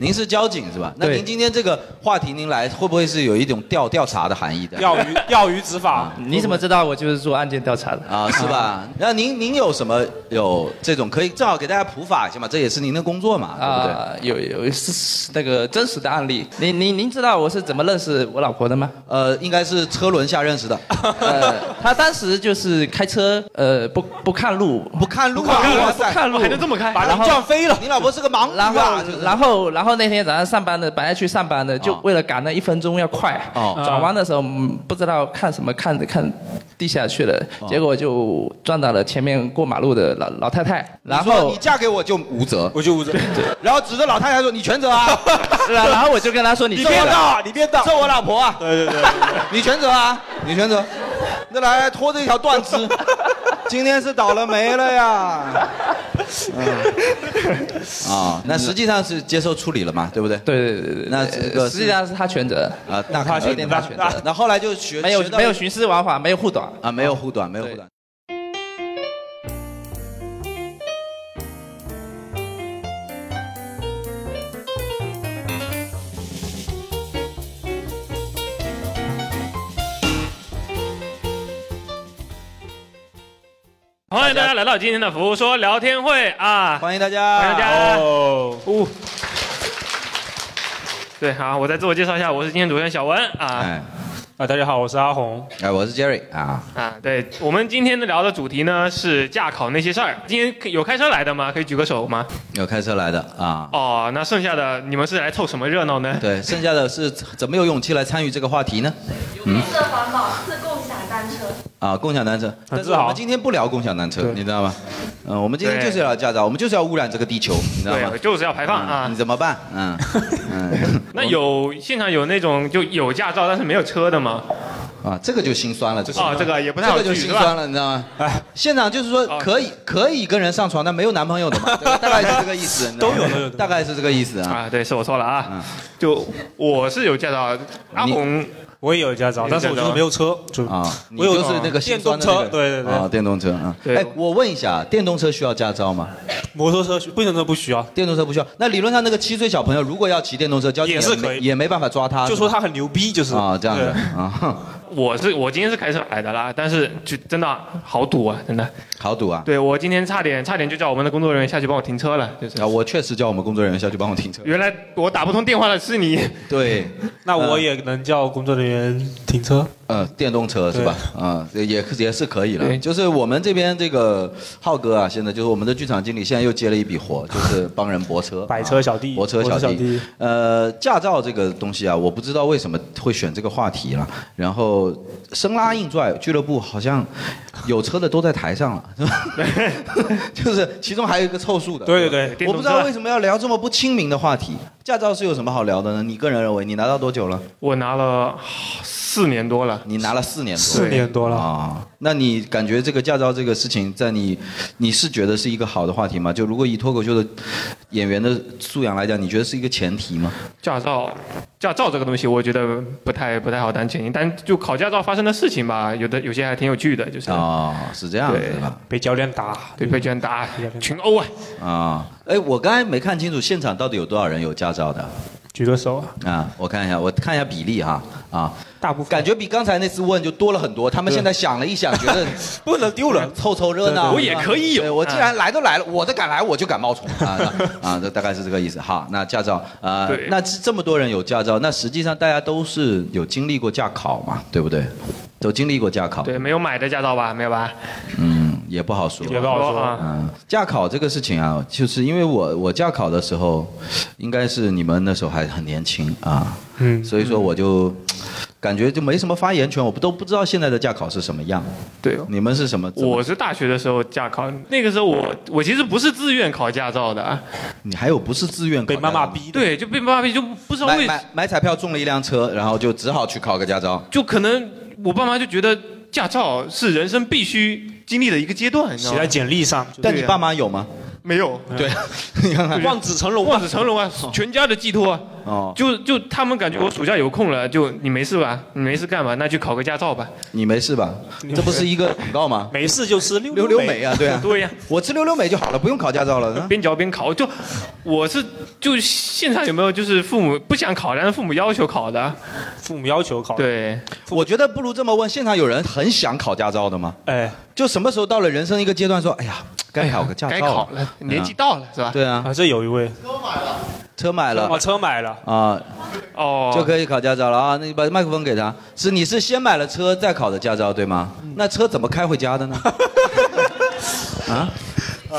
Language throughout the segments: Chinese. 您是交警是吧？那对您今天这个话题您来，会不会是有一种调调查的含义的？ 钓鱼钓鱼执法，你怎么知道我就是做案件调查的啊，是 吧？那您您有什么有这种可以正好给大家普法一下嘛？这也是您的工作嘛，对不对？啊，有有是是那个真实的案例。您您您知道我是怎么认识我老婆的吗？呃，应该是车轮下认识的。 呃，她当时就是开车，呃，不不看路，不看路啊，哇不塞看路，还能这么开然后飞了。你老婆是个盲然女啊后，就是，然后，然后那天早上上班的，本来去上班的，就哦为了赶那一分钟要快，哦转弯的时候嗯不知道看什么看看地下去了，哦结果就撞到了前面过马路的老老太太，然你说后你，嫁给我就无责，我就捂着。然后指着老太太说你全责 啊，然然后我就跟她说你你错别了，闹，你别闹。这我老婆啊，对对 对，你全责啊，你全责。那来拖着一条断 肢，今天是倒了霉了呀。 嗯啊，那实际上是接受处理了嘛，对不对？对对对对，那这个呃是实际上是她全责，啊，那他有选点那大选那择，那后来就学没有学到没有徇私枉法，没有护短，啊，没有护短，没有护对短。欢迎大家来到今天的服务说聊天会啊！欢迎大家，欢迎大家哦，哦，对，好，我再自我介绍一下，我是今天主持人小文啊哎，啊，大家好，我是阿红。哎，我是 Jerry 啊，啊，对我们今天的聊的主题呢是驾考那些事儿。今天可有开车来的吗？可以举个手吗？有开车来的啊。哦，那剩下的你们是来凑什么热闹呢？对，剩下的是怎么有勇气来参与这个话题呢？嗯绿色环保，自共享单 车。啊，共享单车，但是自豪我们今天不聊共享单车，对你知道吗？嗯，我们今天对就是要驾照，我们就是要污染这个地球，你知道吗对，？就是要排放嗯啊你。怎么办？ 嗯嗯，那有现场有那种就有驾照但是没有车的吗？啊，这个就心酸了，这哦，这个也不太这好个举就是心吧？酸了，你知道吗？哎，现场就是说哦可以可以跟人上床，但没有男朋友的嘛，对吧大 概是这个意思，你知道吗 都有都有都有大概是这个意思啊。啊，对，是我错了嗯啊。就我是有驾照，阿你红我也有驾照，但是我就是没有车，就啊，你我有就是那个心电动酸的那车，个对对对，啊，电动车啊。对哎，我问一下，电动车需要驾照吗？摩托车需不行车不需要，电动车不需要。那理论上那个七岁小朋友如果要骑电动车，交警也是可以没也没办法抓他，就说是吧他很牛逼，就是啊这样子对啊，哼我是我今天是开车来的啦，但是就真的好堵啊，真的。好堵啊。对我今天差点差点就叫我们的工作人员下去帮我停车了，就是啊，。我确实叫我们工作人员下去帮我停车。原来我打不通电话的是你，对， 啊那我嗯也能叫工作人员停车。呃，电动车是吧？啊、也也是可以了。对就是我们这边这个浩哥啊，现在就是我们的剧场经理，现在又接了一笔活，就是帮人泊车， 摆车小弟啊泊车小泊车小弟弟。呃，驾照这个东西啊，我不知道为什么会选这个话题了。然后生拉硬拽俱乐部好像有车的都在台上了，是吧？ 就是其中还有一个凑数的。对是吧对对我不知道电动车啊为什么要聊这么不亲民的话题。驾照是有什么好聊的呢？你个人认为，你拿到多久了？我拿了四年多了。你拿了四年多。四年多了，啊，那你感觉这个驾照这个事情，在你你是觉得是一个好的话题吗？就如果以脱口秀的演员的素养来讲，你觉得是一个前提吗？驾照，哦驾照这个东西，我觉得不太不太好当前提，但就考驾照发生的事情吧，有的有些还挺有趣的，就是、哦，是这样子对的吧？被教练打，对被卷打对对对群殴啊，啊，哎，我刚才没看清楚现场到底有多少人有驾照的举个手啊，啊？我看一下，我看一下比例哈啊，大部分感觉比刚才那次问就多了很多。他们现在想了一想，觉 得不能丢人。凑凑热对闹，对我也可以有对我既啊然来都来了，我的敢来我就敢冒充 啊那啊，这大概是这个意思。好，那驾照呃对，那这这么多人有驾照，那实际上大家都是有经历过驾考嘛，对不对？都经历过驾考，对，没有买的驾照吧，没有吧？嗯，也不好说。也不好说啊，嗯，驾考这个事情啊，就是因为我我驾考的时候，应该是你们那时候还很年轻啊，嗯，所以说我就感觉就没什么发言权，我都不知道现在的驾考是什么样。对，哦你们是什么？怎么我是大学的时候驾考，那个时候我我其实不是自愿考驾照的啊，你还有不是自愿考被驾妈妈的吗逼的。对，就被妈逼就不知道买为买买彩票中了一辆车，然后就只好去考个驾照。就可能我爸妈就觉得驾照是人生必须经历的一个阶段，你知道写吗在？简历上，但你对啊爸妈有吗？没有，对，你看 看，望子成龙，望子成龙啊，全家的寄托啊。哦，就就他们感觉我暑假有空了，就你没事吧？你没事干嘛？那去考个驾照吧。你没事吧？这不是一个广告吗？没事就吃溜溜美啊，对啊， 对呀、我吃溜溜美就好了，不用考驾照了。嗯边嚼边考，就我是就现场有没有就是父母不想考，但是父母要求考的？父母要求考对，我觉得不如这么问：现场有人很想考驾照的吗？哎，就什么时候到了人生一个阶段，说，哎呀，该考个驾照该考了，年纪到了、是吧？对啊，啊，这有一位车买了，哦，车买了，啊，哦，就可以考驾照了啊！那你把麦克风给他，是你是先买了车再考的驾照对吗？那车怎么开回家的呢？啊，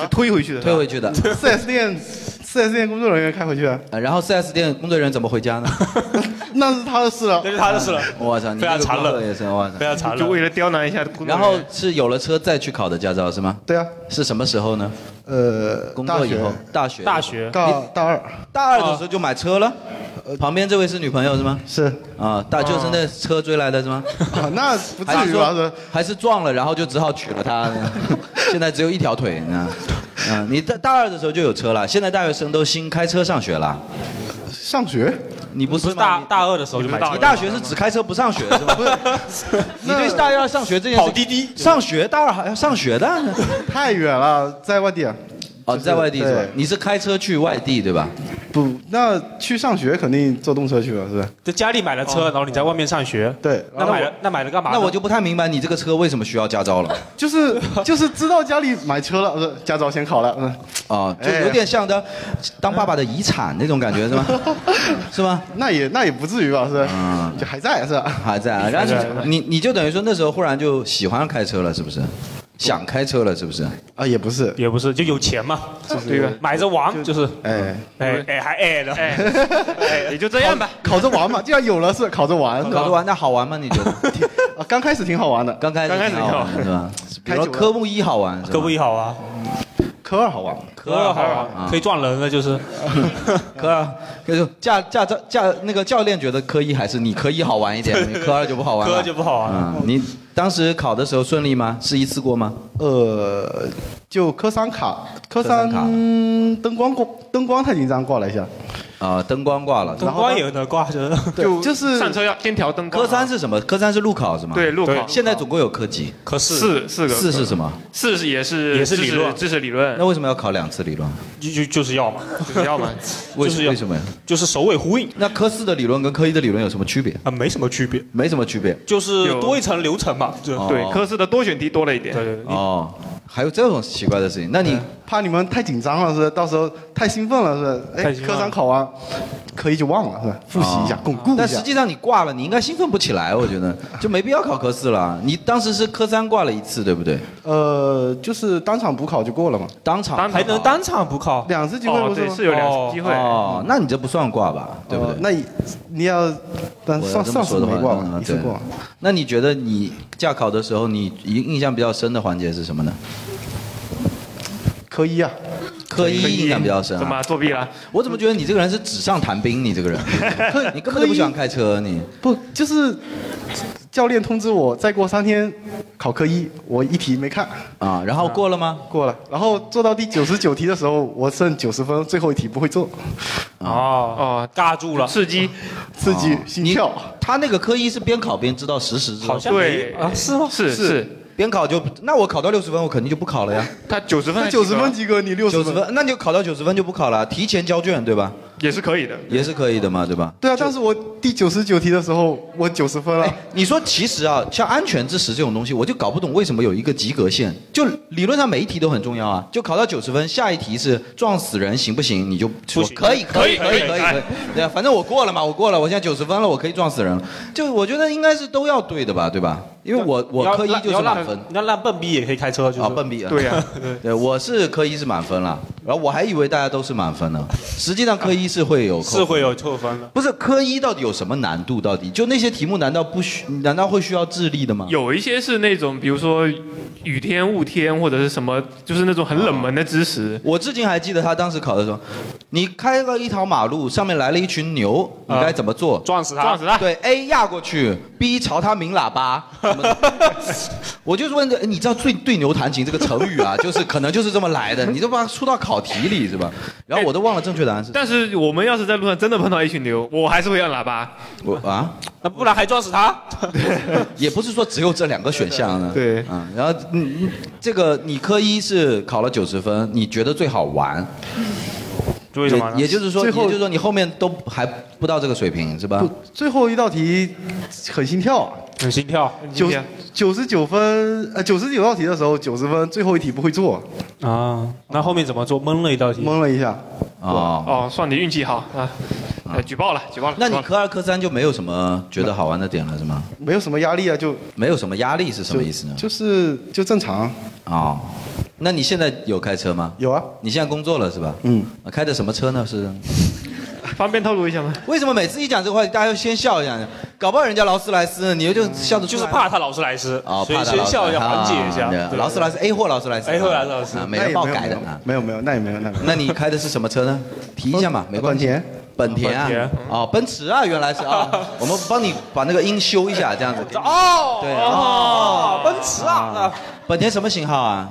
是推回去的，推回去的。 4S 店，4S 店工作人员开回去的，啊然后 4S 店工作人员怎么回家呢？那是他的事了。那是他的事了。我操，你这个被他缠了工作也是我操，被他缠就了。为了刁难一下工作人员然后是有了车再去考的驾照是吗？对啊，是什么时候呢？呃，工大作学以后，大学，大学哦大大二大二的时候就买车了。旁边这位是女朋友是吗？是啊，大就是那车追来的是吗？ 啊， 那不还至是于吧？是说还是撞了，然后就只好娶了她。 现在只有一条腿呢。嗯，你大大二的时候就有车了，现在大学生都新开车上学了。上学，你不是大吗？大二的时候就买你车，大学是只开 车不上学 是吗？你对大二上学这件事，跑滴滴上学大二还要上学的？ 太远了，在外地啊。哦，你在外地是吧对？你是开车去外地对吧？不，那去上学肯定坐动车去了，是吧？在家里买了车，然后你在外面上学，对，那买了那买了干嘛呢？哦那我就不太明白你这个车为什么需要驾照了。 就是就是知道家里买车了，呃，驾照先考了，嗯，啊，就有点像的当爸爸的遗产那种感觉是 吗？是吗？那也那也不至于吧，是吧？嗯就还在是吧？还在啊，然还在后你你你就等于说那时候忽然就喜欢开车了，是不是？想开车了，是不是？啊，也不是，也不是，就有钱嘛，对吧？买着玩就是，嗯哎，哎哎还哎的，哎，也就这样吧。考着玩嘛，既然有了是考着玩，搞得完那好玩吗？你觉得？ 啊，刚开始挺好玩的，刚开始刚开始挺好玩的是吧？比开如啊久了说科目一好玩，可不一也好啊，科二好玩吗？可二好啊啊，可以撞人的就是， 科二，就是驾驾照驾那个教练觉得科一还是你科一好玩一点，你科二就不好玩了。科二就不好玩了嗯，你当时考的时候顺利吗？是一次过吗？呃，就科三卡，科三科三卡灯光挂灯光太紧张挂了一下，啊，灯光挂了。灯光也能挂着，就就是上车要先调灯光。啊科三是什么？科三是路考是吗？对路考，现在总共有科几？可是四四个四是什么？四是也是也是理论知识知识理论那，为什么要考两次理论？就就就是要嘛，就是 要么为就是要为什么呀？就是首尾呼应那科四的理论跟科一的理论有什么区别？啊，没什么区别，没什么区别。就是有多一层流程嘛，就哦对科四的多选题多了一点对，对对，哦，还有这种奇怪的事情？那你怕你们太紧张了，是到时候太兴奋了，是太哎，兴奋了科三考完，科一就忘了，是吧？复习一下，巩固一哦但下实。际上你挂了，你应该兴奋不起来，我觉得就没必要考科四了。你当时是科三挂了一次，对不对？呃，就是当场补考就过了嘛，当场当还能考当场补考，两次机会哦不是对吗？是有两次机会，哦，那你这不算挂吧？对不哦对？那你你要，但我要上这么上说次的话没挂嗯嘛，一次对过嘛。那你觉得你驾考的时候，你印印象比较深的环节是什么呢？科一啊，科一印象比较深、怎啊。么作弊了？我怎么觉得你这个人是纸上谈兵？你这 个人，你根本就不喜欢开车，你不就是教练通知我再过三天考科一，我一题没看啊。然后过了吗？过了，然后做到第九十九题的时候，我剩九十分，最后一题不会做，啊哦哦尬住了，刺 激，刺激哦心跳。你他那个科一是边考边知道实时知道，好像没对啊是吗？是是，边考就那我考到六十分，我肯定就不考了呀。他九十分那还九十及格分及格，你六九十十。分，那你就考到九十分就不考了，提前交卷对吧？也是可以的，也是可以的嘛，对吧？对啊，但是我第九十九题的时候，我九十分了哎。，你说其实啊，像安全知识这种东西，我就搞不懂为什么有一个及格线。就理论上每一题都很重要啊，就考到九十分，下一题是撞死人行不行？你就说行可以，可以，可可以以，可以，哎可以。对啊，反正我过了嘛，我过了，我现在九十分了，我可以撞死人了。就我觉得应该是都要对的吧，对吧？因为我我你要科一烂就你要是烂满分。你要烂笨逼也可以开车，就啊，是笨逼啊！对呀，对，我是科一是满分了，然后我还以为大家都是满分呢，实际上科一是会有扣分 是会有扣分的。不是科一到底有什么难度？到底就那些题目难道不需难道会需要智力的吗？有一些是那种，比如说雨天、雾天或者是什么，就是那种很冷门的知识。我至今还记得他当时考的时候，你开了一条马路，上面来了一群牛，你该怎么做？啊撞死它！撞死它！对，A 压过去，B 朝他鸣 喇叭。什么的我就是问这，你知道最对牛弹琴这个成语啊， 就是可能就是这么来的，你都把它出到考题里是吧？然后我都忘了正确答案是什么。但是我们要是在路上真的碰到一群牛，我还是会按喇叭。我啊，那不然还撞 死他？ 也不是说只有这两个选项呢。对，嗯，然后嗯，嗯这个你科一是考了九十分，你觉得最好玩？为什么呢也也就是说，最也后就是说你后面都还不到这个水平是吧不？，最后一道题很心跳啊，很心跳，九九十九分，呃，九十九道题的时候九十分，最后一题不会做，啊，那后面怎么做？蒙了一道题，蒙了一下。哦，哦，算你运气好啊！呃，举报了，举报了。那举你报了科二科三就没有什么觉得好玩的点了是吗？没有什么压力啊，就没有什么压力是什么意思呢？就是就正常。哦，那你现在有开车吗？有啊，你现在工作了是吧？啊嗯，开的什么车呢？是 方便透露一下吗？为什么每次一讲这个话题，大家要先笑一下？搞不好人家劳斯莱斯，你就笑得出就来是怕他劳斯莱斯哦，，所以怕他先劳斯笑一下缓解一啊下。对劳斯莱斯 A 货劳斯莱斯 A 货劳斯莱斯啊美那人也豹没有改的没有啊。没有没有，那也没有那也没有。哦那你开的是什么车呢？提一下嘛，没关系。本田，本田啊本田，哦，奔驰啊，原来是 啊，我们帮你把那个音修一下，这样子。哦，对哦，奔驰啊，本田什么型号啊？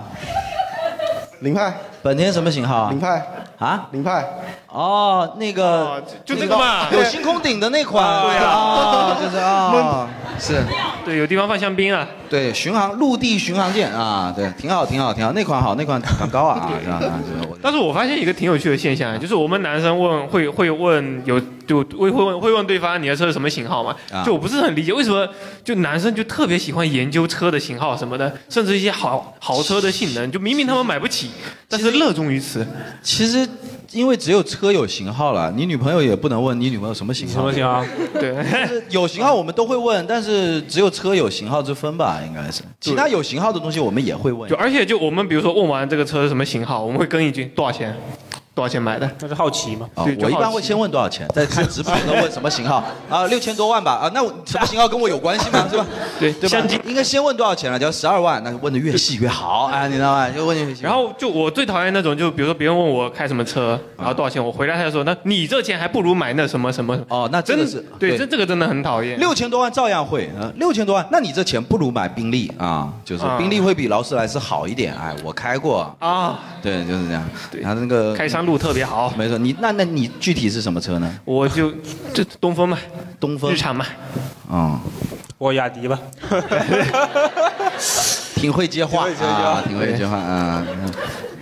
凌派，本田什么型号啊凌？派，啊，凌派，哦，那个哦就就那个嘛有星空顶的那款，对啊，就是啊，是，对，有地方放香槟啊。对，巡航陆地巡航舰啊，对，挺好，挺好，挺好，那款好，那款很高 啊，是吧？啊是吧我但是我发现一个挺有趣的现嗯象，啊就是我们男生问会会问有就会会问会问对方你的车是什么型号嘛啊？就我不是很理解为什么就男生就特别喜欢研究车的型号什么的，甚至一些豪豪车的性能，就明明他们买不起，但是热衷于此。其实因为只有车有型号了，你女朋友也不能问你女朋友什么型你号。什么型啊？ 对，就是有型号我们都会问，但是只有车有型号之分吧，应该是。其他有型号的东西我们也会问就。而且就我们比如说问完这个车是什么型号，我们会跟一句多少钱，多少钱买的。那是好奇嘛？啊对，就我一般好奇会先问多少钱，再看直播的时候问什么型号啊，六千多万吧啊，那我什么型号跟我有关系吗？是吧？对对吧相机？应该先问多少钱了，只要十二万，那问的越细越好啊，你知道吗？就问越细。然后就我最讨厌那种，就比如说别人问我开什么车，然后多少钱，我回答他就说，那你这钱还不如买那什么什么。哦那这真个的是对对，这这个真的很讨厌。六千多万照样会，呃，六千多万，那你这钱不如买宾利啊，就是啊宾利会比劳斯莱斯好一点，哎，我开过，啊，对，就是这样。对然后那个开山路特别好，没错，你那那你具体是什么车呢？我就这东风嘛，东风日产嘛，啊、我雅迪吧。 挺会接话挺会接话啊，挺会接话啊，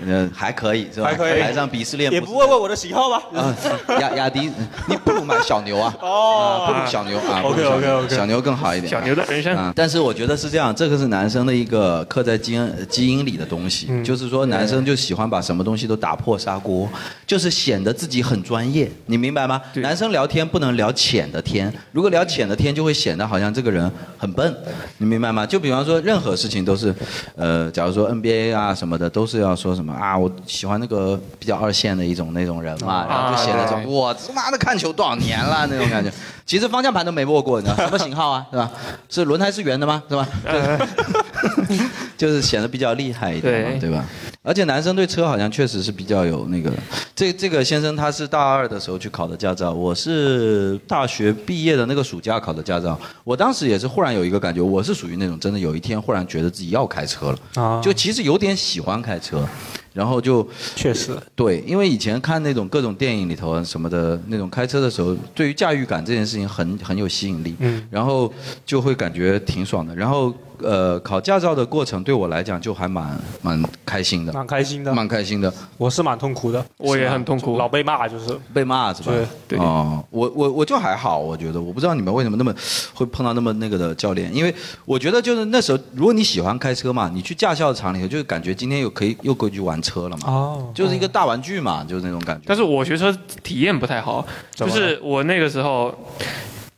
嗯，还可以是吧？还可以台上鄙视链也不问问我的型号吧？啊，雅雅迪，你不如买小牛啊， 哦啊不如小牛啊 OK，OK，OK 不如小牛小牛更好一点，小牛的人生啊，但是我觉得是这样，这个是男生的一个刻在基因基因里的东西，嗯就是说男生就喜欢把什么东西都打破砂锅，就是显得自己很专业，你明白吗？对男生聊天不能聊浅的天，如果聊浅的天，就会显得好像这个人很笨，你明白吗？就比方说任何事情都是，呃，假如说 NBA 啊什么的，都是要说什么啊，我喜欢那个比较二线的一种那种人嘛，啊然后就显得说啊啊对我他妈的看球多少年了那种感觉。其实方向盘都没握过，你知道什么型号啊？是吧？是轮胎是圆的吗？是吧？就是就是显得比较厉害一点嘛，对对吧？而且男生对车好像确实是比较有那个。这这个先生他是大二的时候去考的驾照，我是大学毕业的那个暑假考的驾照。我当时也是忽然有一个感觉，我是属于那种真的有一天忽然觉得自己要开车了，啊就其实有点喜欢开车，然后就。确实，对，因为以前看那种各种电影里头啊什么的，那种开车的时候，对于驾驭感这件事情很很有吸引力，嗯，然后就会感觉挺爽的。然后呃，考驾照的过程对我来讲就还蛮蛮开心的，蛮开心的。蛮开心的。我是蛮痛苦的，我也很痛苦老被骂就是。被骂是吧？对对哦，我我我就还好，我觉得我不知道你们为什么那么会碰到那么那个的教练，因为我觉得就是那时候，如果你喜欢开车嘛，你去驾校的厂里头，就是感觉今天又可以又过去玩车了嘛，哦，就是一个大玩具嘛，就是那种感觉。但是我学车体验不太好，就么了是我那个时候，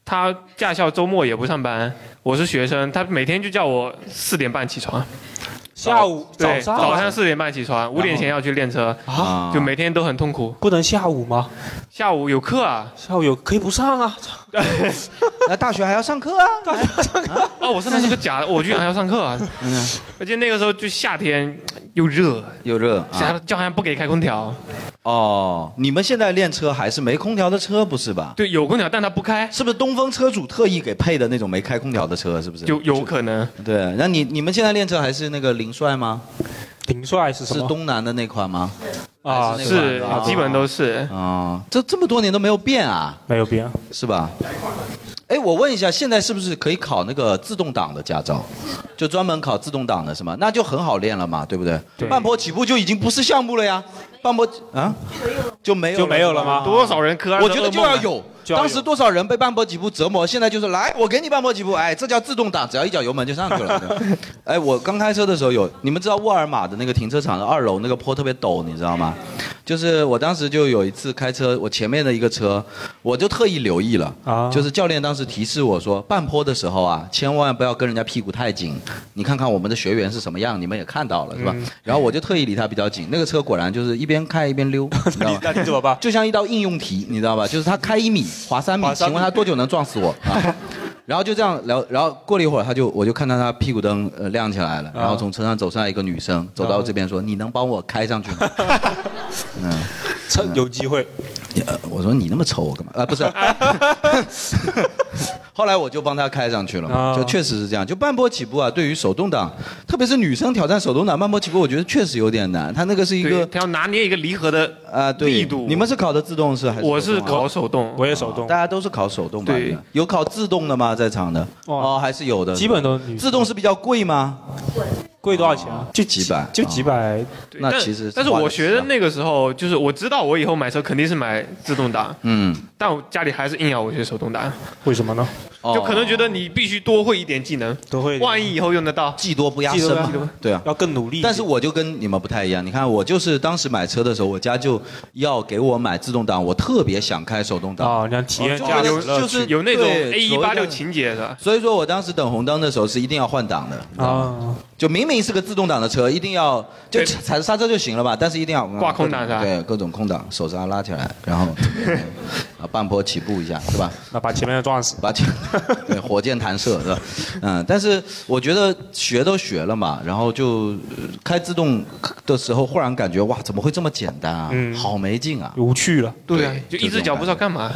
他驾校周末也不上班，我是学生，他每天就叫我四点半起床，下午对，早上早上四点半起床，五点前要去练车，啊就每天都很痛苦。不能下午吗？下午有课啊，下午有可以不上啊。 那大学还要上课啊？ 哦，我上的是个假的，我居然还要上课啊！而且那个时候就夏天又热，嗯又热加啊！教练不给开空调，哦，你们现在练车还是没空调的车不是吧？对，有空调但他不开，是不是东风车主特意给配的那种没开空调的车？是不是？就有可能对。那你你们现在练车还是那个凌帅吗？林帅是什是么？东南的那款吗？啊，还是那个是啊基本都是哦，这这么多年都没有变啊，没有变。是吧？哎，我问一下，现在是不是可以考那个自动挡的驾照？就专门考自动挡的是吗？那就很好练了嘛，对不对？对半坡起步就已经不是项目了呀，半坡啊就没有就没有了吗多少人科二我的觉得就噩梦要啊有。就要有当时多少人被半坡起步折磨，现在就是来，我给你半坡起步，哎，这叫自动挡，只要一脚油门就上去了。对哎，我刚开车的时候有，你们知道沃尔玛的那个停车场的二楼那个坡特别陡，你知道吗？就是我当时就有一次开车，我前面的一个车，我就特意留意了，啊就是教练当时提示我说，半坡的时候啊，千万不要跟人家屁股太紧。你看看我们的学员是什么样，你们也看到了是嗯吧？然后我就特意离他比较紧，那个车果然就是一边开一边溜，你知道 那吗你那你怎么办？就像一道应用题，你知道吧？就是他开一米，滑三米，滑三米请问他多久能撞死我？啊然后就这样聊，然后过了一会儿，他就我就看到他屁股灯呃亮起来了，然后从车上走上来一个女生，走到我这边说：“你能帮我开上去吗？” 嗯，趁有 机会，呃我说你那么丑，我干嘛？啊、不是。 后来我就帮他开上去了嘛，啊就确实是这样。就半坡起步啊，对于手动挡，特别是女生挑战手动挡半坡起步，我觉得确实有点难。他那个是一对，个他要拿捏一个离合的，啊、对力度你们是考的自动是还是手动啊？我是考手动，我也手动大，家都是考手动版对的，有考自动的吗？在场的哦哦，还是有的。基本都是女自动是比较贵吗？贵多少钱啊？就几百，哦就几百。对那但其实但是花得我起学的啊那个时候，就是我知道我以后买车肯定是买自动挡，嗯，但我家里还是硬要我学手动挡，为什么呢？哦就可能觉得你必须多会一点技能，都会万一以后用得到。技多不压身技多不压嘛，对啊。要更努力一点。但是我就跟你们不太一样，你看我就是当时买车的时候，我家就要给我买自动挡，我特别想开手动挡，啊，你要 体验就驾有驶乐趣就是有那种对 A 一八所六谓的情节的，所以说我当时等红灯的时候是一定要换挡的，你知道啊，吗？就明明是个自动挡的车，一定要就对踩着刹车就行了吧，但是一定要嗯挂空档是吧对，各种空档，手刹拉起来，然后啊半坡起步一下，是吧？那把前面的撞死。把对火箭弹射是吧？嗯，但是我觉得学都学了嘛，然后就呃开自动的时候，忽然感觉哇，怎么会这么简单啊？嗯好没劲啊！无趣了，对啊，就对一只脚不知道干嘛，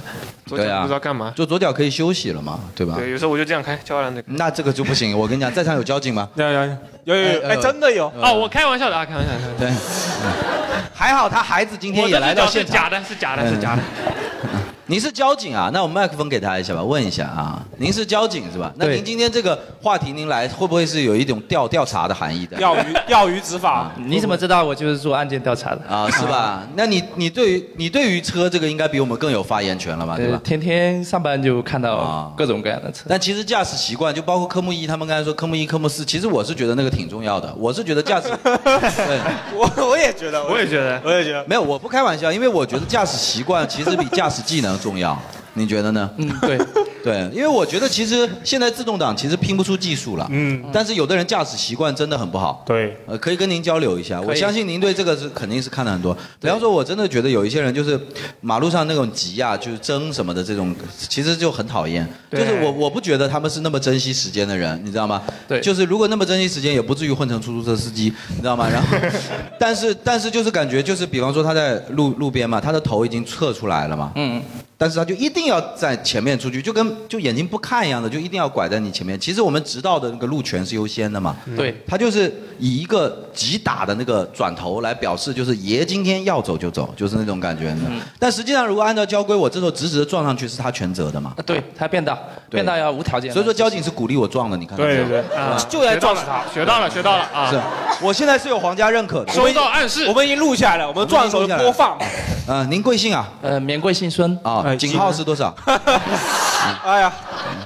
左对脚啊不知道干嘛。就左脚可以休息了嘛，对吧？对，有时候我就这样开，教练那个。那这个就不行，我跟你讲，在场有交 警吗？有有有有有，哎，哎真的有，哦，我开玩笑的啊，开玩笑的。对，还好他孩子今我天也这来只到脚是现场嗯假。的，是假的，是假的。 您是交警啊？那我们麦克风给他一下吧，问一下啊，您是交警是吧？那对您今天这个话题您来，会不会是有一种调调查的含义的？钓鱼钓鱼执法，你怎么知道我就是做案件调查的？啊，是 吧？那你你对于你对于车这个应该比我们更有发言权了吧，对呃吧，？天天上班就看啊到各种各样的车。但其实驾驶习惯，就包括科目一，他们刚才说科目一、科目四，其实我是觉得那个挺重要的。我是觉得驾驶，对，我我也觉得，我也觉得我也觉得，没有，我不开玩笑，因为我觉得驾驶习惯其实比驾驶技能重要。你觉得呢？嗯，对， 对，因为我觉得其实现在自动挡其实拼不出技术了，嗯，但是有的人驾驶习惯真的很不好。对，呃，可以跟您交流一下，我可以相信您对这个是肯定是看了很多。比方说，我真的觉得有一些人就是马路上那种急啊，就是争什么的这种，其实就很讨厌。就对是我我不觉得他们是那么珍惜时间的人，你知道吗？对就是如果那么珍惜时间，也不至于混成出租车司机，你知道吗？然后，但是但是就是感觉就是，比方说他在路路边嘛，他的头已经侧出来了嘛，嗯，但是他就一定要在前面出去，就跟就眼睛不看一样的，就一定要拐在你前面。其实我们直道的那个路权是优先的嘛，对，他就是以一个急打的那个转头来表示，就是爷今天要走就走，就是那种感觉。嗯但实际上，如果按照交规，我这时候直直的撞上去是他全责的嘛。啊对他变道，对变道要无条件的。所以说，交警是鼓励我撞的，你看到没对有对对，啊，就来撞死他学到了，学到了是啊！，我现在是有皇家认可的。收到暗示我，们已经录下来了，我们撞的时候就播放嘛。呃，您贵姓啊？呃，免贵姓孙，啊，哎警号是多少？哎呀，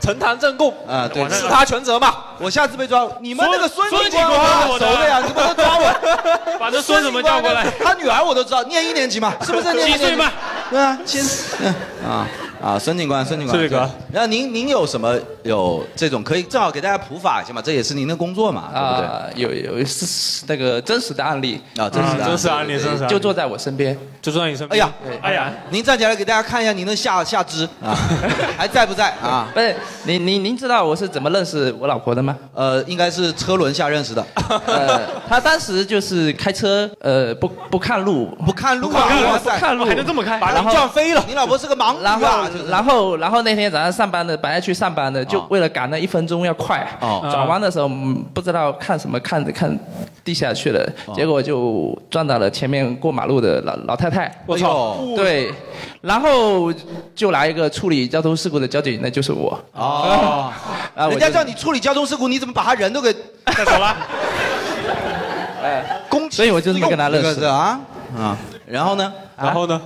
呈堂证供，啊，对，完了是他全责嘛？我下次被抓，你们那个孙孙子子光啊光我我熟的的呀，你不能抓 我。把这孙子们叫过来。 他女儿我都知道，念一年级嘛，是不是念一年级？几岁嘛？对啊，先嗯啊，啊，孙警官，孙警官，孙警官对，那您您有什么有这种可以正好给大家普法一下嘛？这也是您的工作嘛，对不对？啊，有有是是那个真实的案例啊真实嗯的案例真实案例对对对真实案例就坐在我身边，就坐在你身哎呀，哎呀，您站起来给大家看一下您的下下肢 啊，还在不在啊？不是您您您知道我是怎么认识我老婆的吗？呃，应该是车轮下认识的， 呃，她当时就是开车，呃，不不看路，不看路啊，哇不塞，看路，还能这么开？把你撞飞了。你老婆是个盲女然后啊，就是，然后，然后那天早上上班的，本来去上班的，就哦为了赶那一分钟要快，哦啊转弯的时候嗯不知道看什么看看地下去了，哦结果就撞到了前面过马路的老老太太。我操哎！对，然后就来一个处理交通事故的交警，那就是我。哦，啊，我人家就叫你处理交通事故，你怎么把他人都 给哎带走了。攻击？所以我就是没跟他认识这个是啊啊，然后呢？然后呢？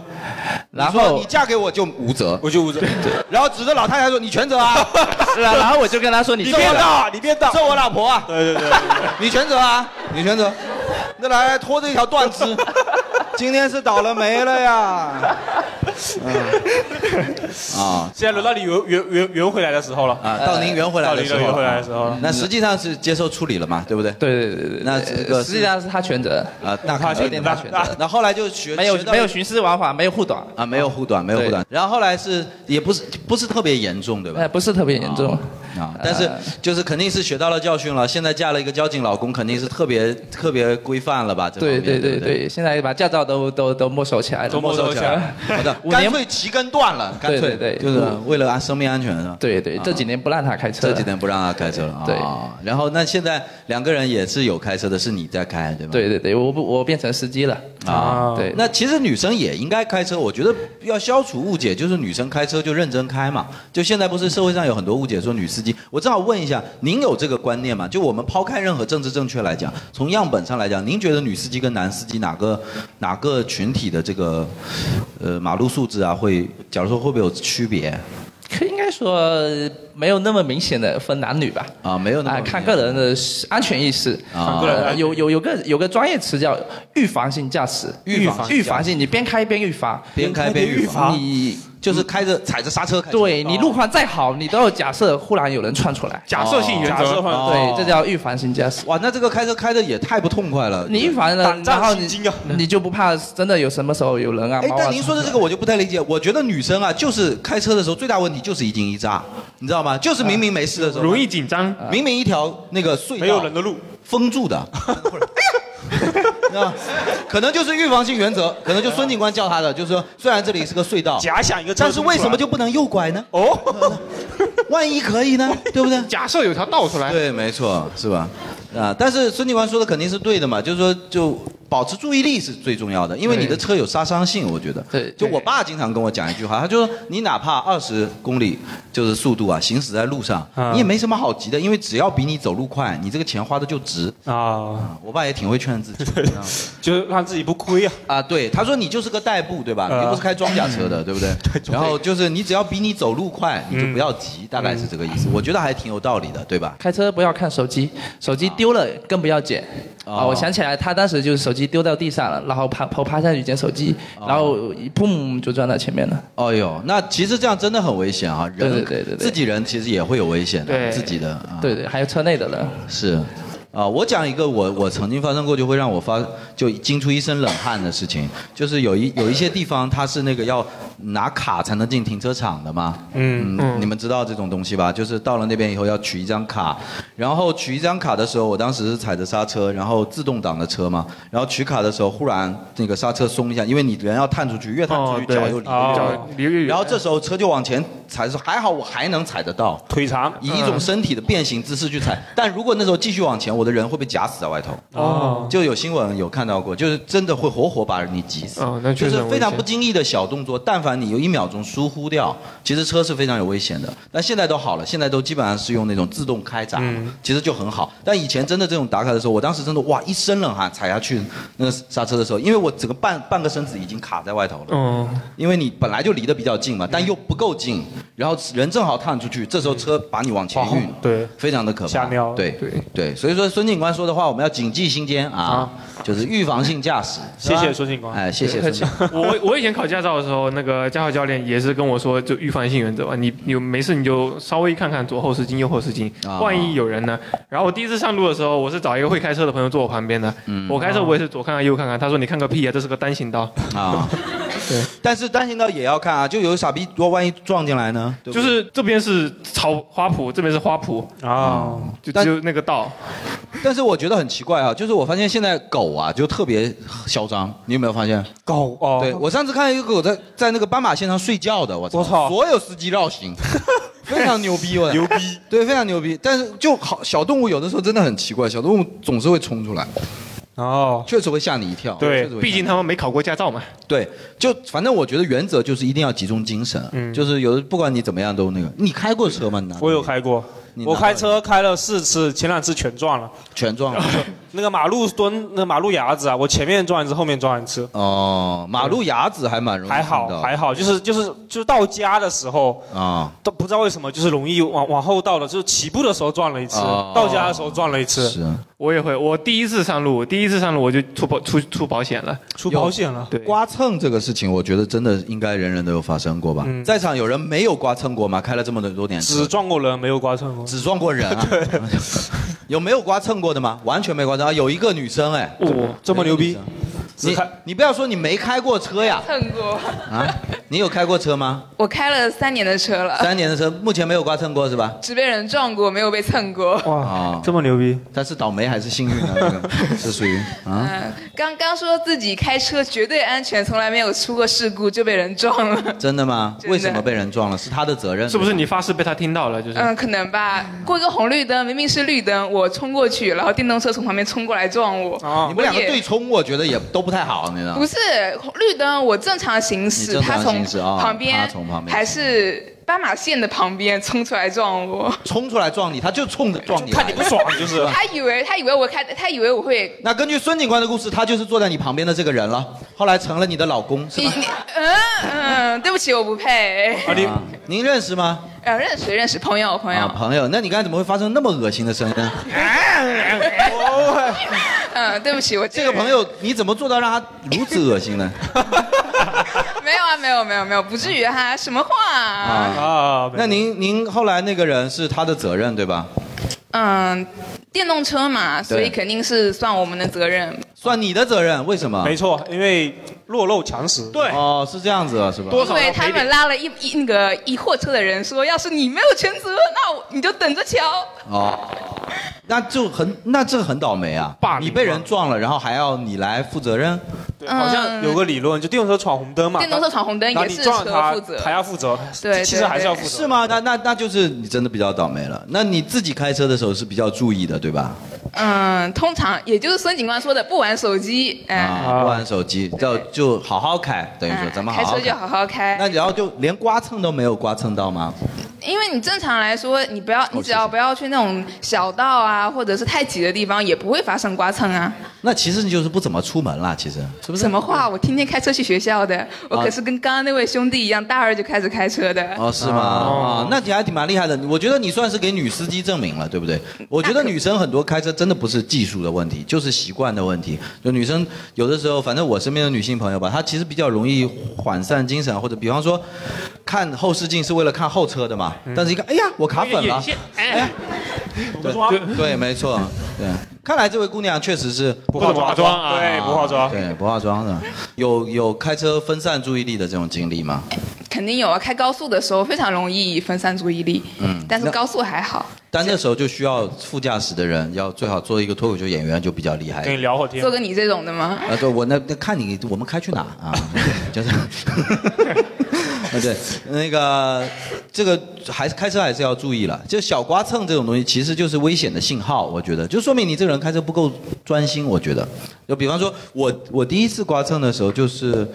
然你说后你嫁给我就无责，我就捂着。然后指着老太太说你全责啊， 是啊，然后我就跟他说：“你你错变了。道，你变道。这我老婆啊，对对对，你全责啊，你全责。那来来拖着一条断 肢，今天是倒了霉了呀。嗯啊现在轮到你圆圆圆圆回来的时候了。啊，到您圆回来到的你时的候圆了，回来的时候了。嗯那实际上是接受处理了嘛，对不对”？对对对对，那这个对是实际上是 他全责，啊，那他有点大全责，那后来就学没有学到没有徇私枉法，没有护短，啊，没有护短，没有护短。然后后来是也不是不是特别严重，对吧哎，？不是特别严重。啊，但是呃就是肯定是学到了教训了。现在嫁了一个交警老公，肯定是特别特别规范了吧？这方对面对对对不，对，现在把驾照都都都没收起来了，都没没收起来。好 的，五干年脆旗根断了，干脆对对对就是为了安生命安全是吧？啊对对，这几年不让他开车这了，几天不让他开车了啊。对然后那现在两个人也是有开车的，是你在开对吗？对对对，我不我变成司机了啊啊，对，那其实女生也应该开车，我觉得要消除误解，就是女生开车就认真开嘛。就现在不是社会上有很多误解，说女司机。我正好问一下，您有这个观念吗？就我们抛开任何政治正确来讲，从样本上来讲，您觉得女司机跟男司机哪个哪个群体的这个呃马路素质啊，会假如说会不会有区别可应该说没有那么明显的分男女吧。啊？没有那么啊，看个人的安全意识啊个人的安呃有有有个有个专业词叫预防性驾驶，预防性驾驶预防性，你边开边预防，边开边预防你就是开着踩着刹车开车。对你路况再好，你都要假设忽然有人窜出来，假设性原假设则，换哦对，这叫预防性驾驶。哇，那这个开车开的也太不痛快了。你预防了，胆战然后心你惊啊你就不怕真的有什么时候有人啊？哎猫，啊但您说的这个我就不太理解。我觉得女生啊，就是开车的时候最大问题就是一惊一乍，你知道吗？就是明明没事的啊时候，啊容易紧张。明明一条那个隧道没有人的路，封住的，或者哎呀，啊，可能就是预防性原则，可能就孙警官教他的，就是说虽然这里是个隧道，假想一个车冲但是出来，为什么就不能右拐呢？哦？万一可 以呢，对不对？假设有条道出来，对，没错，是吧？啊，但是孙警官说的肯定是对的嘛，就是说就保持注意力是最重要的，因为你的车有杀伤性，我觉得。对就我爸经常跟我讲一句话，他就说你哪怕二十公里就是速度啊，行驶在路上，啊你也没什么好急的，因为只要比你走路快，你这个钱花的就值。啊，我爸也挺会劝自己的 就是让自己不亏啊。啊，对，他说你就是个代步，对吧？啊你又不是开装甲车的，对不对？ 然后就是你只要比你走路快，你就不要急，大概是这个意思。嗯我觉得还挺有道理的，对吧？开车不要看手机，手机丢了更不要捡。哦啊，我想起来，他当时就是手机丢到地上了，然后爬头爬下去捡手机，然后一砰就撞到前面了。哦呦，那其实这样真的很危险啊！人对对对对对自己人其实也会有危险的，对自己的啊，对对，还有车内的人，是。啊，我讲一个我我曾经发生过就会让我发就惊出一身冷汗的事情，就是有一有一些地方它是那个要拿卡才能进停车场的嘛，嗯，你们知道这种东西吧？就是到了那边以后要取一张卡，然后取一张卡的时候，我当时是踩着刹车，然后自动挡的车嘛，然后取卡的时候忽然那个刹车松一下，因为你人要探出去，越探出哦去，对脚又离得哦越叫离越远。然后这时候车就往前踩，说还好我还能踩得到，腿长以一种身体的变形姿势 去踩。但如果那时候继续往前，我的人会被夹死在外头。哦，就有新闻有看到过，就是真的会活活把你挤死。哦那确就实是很非危常险不经意的小动作，但凡你有一秒钟疏忽掉，其实车是非常有危险的。但现在都好了，现在都基本上是用那种自动开闸，嗯其实就很好。但以前真的这种打卡的时候，我当时真的哇一身冷汗，踩下去那个刹车的时候，因为我整个半半个身子已经卡在外头了。嗯，嗯因为你本来就离得比较近嘛，但又不够近，然后人正好探出去，这时候车把你往前运，对，非常的可怕。吓尿对对对，所以说孙警官说的话，我们要谨记心间啊，就是预防性驾驶。谢是吧谢孙警官哎，谢谢 孙警官。 我我以前考驾照的时候，那个驾校教练也是跟我说，就预防性原则嘛，你你没事你就稍微看看左后视镜、右后视镜，啊万一有人呢。然后我第一次上路的时候，我是找一个会开车的朋友坐我旁边的，嗯我开车我也是左看看右看看，他说你看个屁啊，这是个单行道，啊，对，但是单行道也要看啊，就有傻逼，如果万一撞进来呢？对不就对是这边是草花圃，这边是花圃，嗯啊，就但只有那个道。但是我觉得很奇怪啊，就是我发现现在狗啊就特别嚣张，你有没有发现？狗哦，对我上次看一个狗在在那个斑马线上睡觉的，我操，我操所有司机绕 行，非常牛逼，我操牛逼，对，非常牛逼。但是就好小动物有的时候真的很奇怪，小动物总是会冲出来，哦，确实会吓你一跳。对确实会吓你一跳毕竟他们没考过驾照嘛，对，就反正我觉得原则就是一定要集中精神，啊就是有的不管你怎么样都那个。你开过车吗？你拿嗯我有开过，你拿我开车开了四次，前两次全撞了。 全撞了。那个马路墩，那马路牙子啊，我前面撞一次，后面撞一次，哦，马路牙子还蛮容易还碰到好还好，就是就是就是到家的时候，啊，都不知道为什么，就是容易往往后倒了，就是起步的时候撞了一次，哦到家的时候撞了一次，是啊我也会。我第一次上路，第一次上路我就出保出出保险了。 出保险了。对，刮蹭这个事情，我觉得真的应该人人都有发生过吧？嗯在场有人没有刮蹭过吗？开了这么多多年车只撞过人，没有刮蹭过。只撞过人 啊？有没有刮蹭过的吗？完全没刮蹭啊！有一个女生哎，哦，这么牛逼！你只开你不要说你没开过车呀蹭过，啊！你有开过 车吗？我开了三年的车了，三年的车，目前没有刮蹭过是吧？只被人撞过，没有被蹭过。啊哇，这么牛逼！但是倒霉还是幸运啊？这个是属于啊？嗯，刚刚说自己开车绝对安全，从来没有出过事故，就被人撞了。真的吗？真的为什么被人撞了？是他的责任？是不是你发誓被他听到了？就是嗯，可能吧。过一个红绿灯，明明是绿灯，我冲过去，然后电动车从旁边冲过来撞我。啊哦你们两个我也对冲，我觉得也都不太好，你知道吗不？是绿灯，我正常行你驶，正常他从行驶啊旁边，他从旁边还是斑马线的旁边冲出来撞我。冲出来撞你，他就冲着撞你来看你的不爽 就是。他以为他以为我开，他以为我会。那根据孙警官的故事，他就是坐在你旁边的这个人了，后来成了你的老公，是你吧？你嗯嗯，对不起，我不配。啊，你啊，您认识吗？呃，认识认识，朋友朋友啊，，朋友，那你刚才怎么会发生那么恶心的声音？ 嗯，对不起，我啊这个朋友，你怎么做到让他如此恶心呢？没有啊，没有没有没有，不至于哈、什么话啊？啊，啊，那您您后来那个人是他的责任对吧？嗯，电动车嘛，所以对肯定是算我们的责任。算你的责任，为什么？没错，因为弱肉强食。对哦，是这样子是吧？多因少为要他赔们点。拉了一一那个一货车的人说，要是你没有全责，那我你就等着瞧。哦，那就很那这很倒霉啊霸！凌你被人撞了，然后还要你来负责任？对，好像有个理论，就电动车闯红灯嘛，嗯电动车闯红灯然后也你是撞了车他负责还要负责，呃对其实还是要负责。是？吗？那那那就是你真的比较倒霉了。那你自己开车的时候是比较注意的，对吧？嗯，通常也就是孙警官说的，不玩手机，哎、啊，不玩手机，要就好好开，等于说哎咱们好好开车就开。好好开。那然后就连刮蹭都没有刮蹭到吗？因为你正常来说，你不要，你只要不要去那种小道啊，或者是太挤的地方，也不会发生刮蹭啊。那其实你就是不怎么出门啦，其实是不是？什么话？我天天开车去学校的，我啊可是跟刚刚那位兄弟一样，大二就开始开车的。 哦，是吗？哦，那你还挺蛮厉害的。我觉得你算是给女司机证明了，对不对？我觉得女生很多开车真的不是技术的问题，就是习惯的问题。就女生有的时候，反正我身边的女性朋友吧，她其实比较容易涣散精神，或者比方说看后视镜是为了看后车的嘛，但是一看，哎呀，我卡粉了眼。线，哎，不抓对，没错，对。看来这位姑娘确实是不怎么化妆啊对，不化妆。对，不化妆的。有有开车分散注意力的这种经历吗？肯定有啊，开高速的时候非常容易分散注意力。嗯嗯，但是那高速还好，但那时候就需要副驾驶的人要最好做一个脱口秀演员就比较厉害。跟你聊会儿天做，个你这种的吗？啊，对我那那看你我们开去哪啊？ 就是，啊对，那个这个还是开车还是要注意了。就小刮蹭这种东西，其实就是危险的信号，我觉得就说明你这个人开车不够专心。我觉得，就比方说我我第一次刮蹭的时候，就是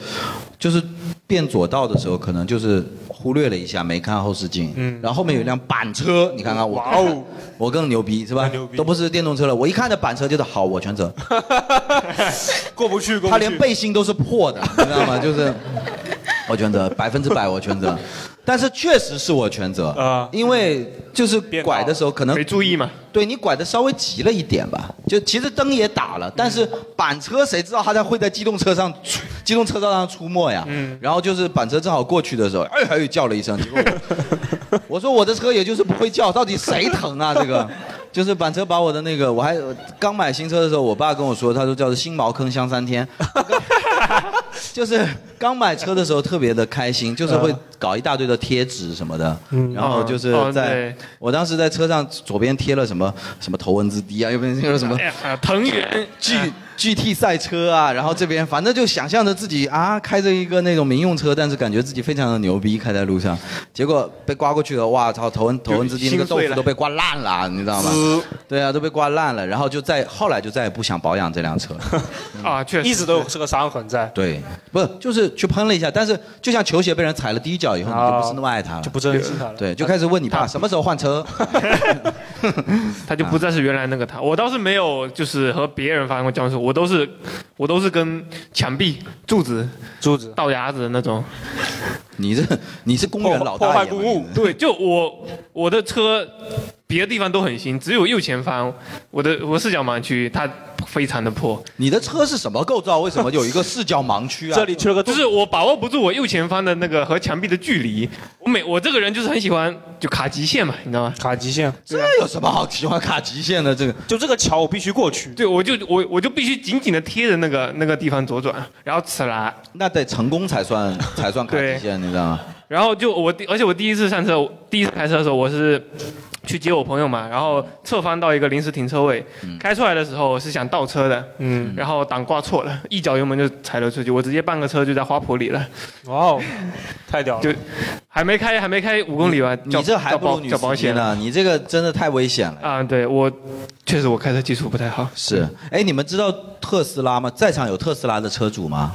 就是变左道的时候，可能就是忽略了一下，没看后视镜。嗯，然后后面有一辆板车，你看看我，哇哦，我更牛逼是吧？牛逼都不是电动车了，我一看这板车就是好，我全责。 过不去，过不去。 他连背心都是破的，你知道吗？就是我全责，百分之百我全责。 但是确实是我全责，因为就是拐的时候可能没注意嘛，对你拐的稍微急了一点吧，就其实灯也打了，但是板车谁知道他在会在机动车上出机动车道上出没呀？然后就是板车正好过去的时候，哎，还有叫了一声，结果我 我说我的车也就是不会叫，到底谁疼啊？这个就是板车把我的那个，我还刚买新车的时候，我爸跟我说，他说叫做新茅坑香三天，就是刚买车的时候特别的开心，就是会搞一大堆的贴纸什么的，嗯然后就是哦在、对我当时在车上左边贴了什么什么头文字 D 啊，右边贴了什么哎呀，藤原 G GT 赛车啊，然后这边反正就想象着自己啊开着一个那种民用车，但是感觉自己非常的牛逼，开在路上，结果被刮过去了，哇操，头文头文字 D 那个豆心碎腐了都被刮烂了，你知道吗？对啊，都被刮烂了，然后就再后来就再也不想保养这辆车。 啊，确实一直都有这个伤痕在，对，不就是去喷了一下，但是就像球鞋被人踩了第一脚以后，你就不是那么爱它了，就不珍惜它了。对，就开始问你爸什么时候换车。他就不再是原来那个他。我倒是没有，就是和别人发生过僵持，我都是，我都是跟墙壁、柱子、珠子倒牙子的那种。你这你是公园老破大坏爷吗公物 你，对，就我我的车，别的地方都很新，只有右前方，我的我视角盲区它非常的破，你的车是什么构造？为什么有一个视角盲区啊？这里缺了个就洞是我把握不住我右前方的那个和墙壁的距离。我每我这个人就是很喜欢就卡极限嘛，你知道吗？卡极限，这有什么好喜欢卡极限的？这个就这个桥我必须过去。对，我就我我就必须紧紧的贴着那个那个地方左转，然后此啦，那得成功才算才算卡极限，你知道吗？然后就我第，而且我第一次上车，我第一次开车的时候，我是去接我朋友嘛，然后侧翻到一个临时停车位，嗯开出来的时候我是想倒车的，嗯，然后档挂错了，一脚油门就踩了出去，我直接半个车就在花圃里了，哇哦，太屌就了！还没开还没开五公里吧，你叫这还叫不如保女叫保司机险了呢，你这个真的太危险了。啊，对我确实我开车技术不太好，是，哎，你们知道特斯拉吗？在场有特斯拉的车主吗？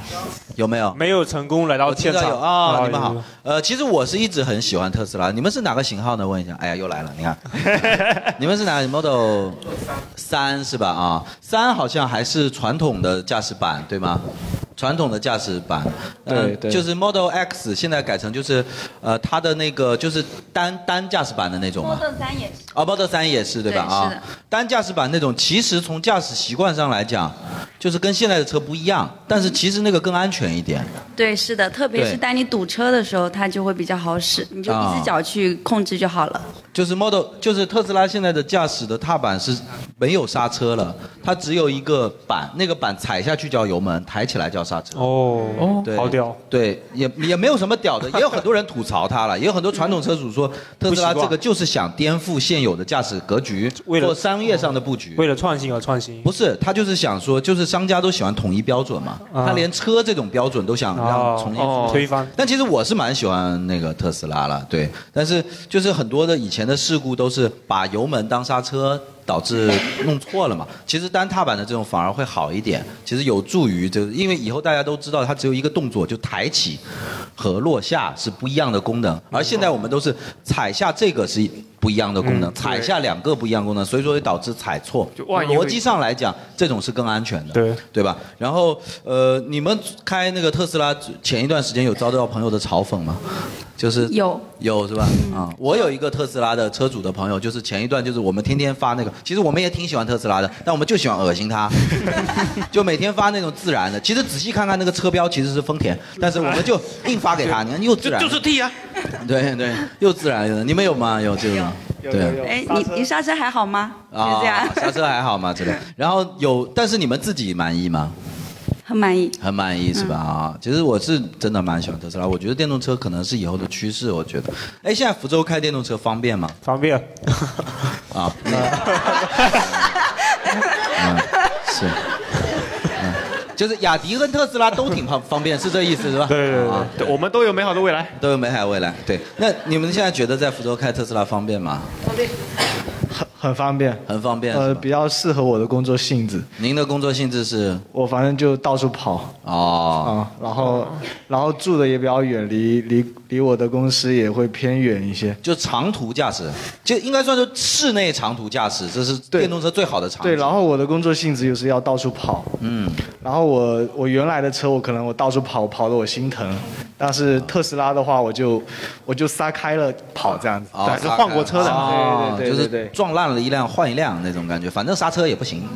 有没有？没有成功来到我知现道场有啊、哎你们好呦。呃，其实我是一直很喜欢特斯拉，你们是哪个型号呢？问一下。哎呀，又来了，你看， 你们是哪个 Model 三是吧？啊，三好像还是传统的驾驶版对吗？传统的驾驶版，呃对对就是 Model X 现在改成就是，呃，它的那个就是单单驾驶版的那种嘛。 Model 三也是，啊，Model 3也是对吧？对是的啊，单驾驶版那种，其实从驾驶习惯上来讲，就是跟现在的车不一样，但是其实那个更安全一点。对，是的，特别对啊是当你堵车的时候，它就会比较好使，你就一只脚去控制就好了。就是 Model，就是特斯拉现在的驾驶的踏板是没有刹车了，它只有一个板，那个板踩下去叫油门，抬起来叫刹车。哦对，好屌！对，也也没有什么屌的，也有很多人吐槽它了，也有很多传统车主说特斯拉不习惯这个就是想颠覆现有的驾驶格局，为了哦做商业上的布局。为了创新而创新，不是，他就是想说，就是商家都喜欢统一标准嘛，啊他连车这种标准都想让重新哦推翻。但其实我是蛮喜欢那个特斯拉了，对。但是就是很多的以前的事故都是把油门当刹车，导致弄错了嘛。其实单踏板的这种反而会好一点，其实有助于就是因为以后大家都知道它只有一个动作，就抬起和落下是不一样的功能，而现在我们都是踩下这个是不一样的功能，踩下两个不一样功能，所以说会导致踩错。就万一会逻辑上来讲，这种是更安全的。对对吧？然后呃，你们开那个特斯拉前一段时间有遭到朋友的嘲讽吗？就是有有是吧？啊、我有一个特斯拉的车主的朋友，就是前一段就是我们天天发那个，其实我们也挺喜欢特斯拉的，但我们就喜欢恶心他，就每天发那种自燃的。其实仔细看看那个车标其实是丰田，但是我们就硬发给他，你看又自就燃，就是 T 啊，对对，又自燃的。你们有吗？有这种？对。哎，你你刹车还好吗？啊就这样，刹车还好 吗？之类。然后有，但是你们自己满意吗？很满意。很满意是吧？嗯啊，其实我是真的蛮喜欢特斯拉，我觉得电动车可能是以后的趋势，我觉得。哎，现在福州开电动车方便吗？方便， 啊，嗯嗯是，嗯就是雅迪跟特斯拉都挺方方便，是这意思是吧？对对对啊对，我们都有美好的未来。都有美海未来，对。那你们现在觉得在福州开特斯拉方便吗？很很方便，很方便。呃，比较适合我的工作性质。您的工作性质是？我反正就到处跑哦啊，然后然后住的也比较远，离离离我的公司也会偏远一些。就长途驾驶，就应该算是室内长途驾驶，这是电动车最好的长。对，然后我的工作性质又是要到处跑，嗯，然后我我原来的车我可能我到处跑跑的我心疼，但是啊特斯拉的话我就我就撒开了跑这样子，哦，对刹哦对对对对对就是撞烂了一辆换一辆那种感觉，反正刹车也不行。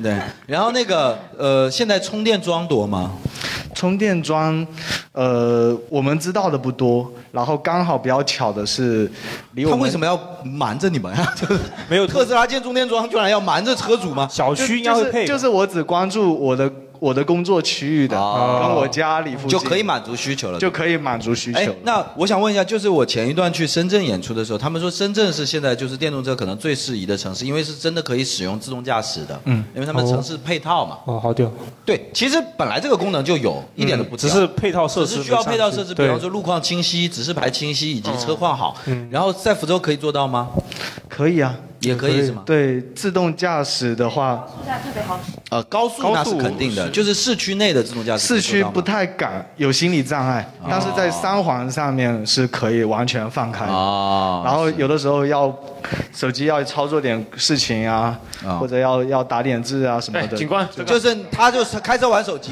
对对，然后那个呃，现在充电桩多吗？充电桩，呃，我们知道的不多，然后刚好比较巧的是，离我他们为什么要瞒着你们 啊呀？就是没有特斯拉建充电桩，居然要瞒着车主吗？小就啊就是就是我只关注我的我的工作区域的，跟我家里附近啊就可以满足需求了，就可以满足需求哎了，那我想问一下，就是我前一段去深圳演出的时候，他们说深圳是现在就是电动车可能最适宜的城市，因为是真的可以使用自动驾驶的，嗯嗯，因为他们城市配套嘛。哦，好屌！对，其实本来这个功能就有，一点都不嗯只屌是配套设施没上去，只是需要配套设施，比对方说路况清晰、指示牌清晰以及车况好。嗯然后在福州可以做到吗？可以啊，也可以是吗对，自动驾驶的话，特别好使。呃，高速那是肯定的，就是市区内的自动驾驶可市以区做到吗。啊不太敢，有心理障碍，但是在三环上面是可以完全放开的。哦然后有的时候要手机要操作点事情啊，哦或者要要打点字啊什么哎的。 就是他就是开车玩手 机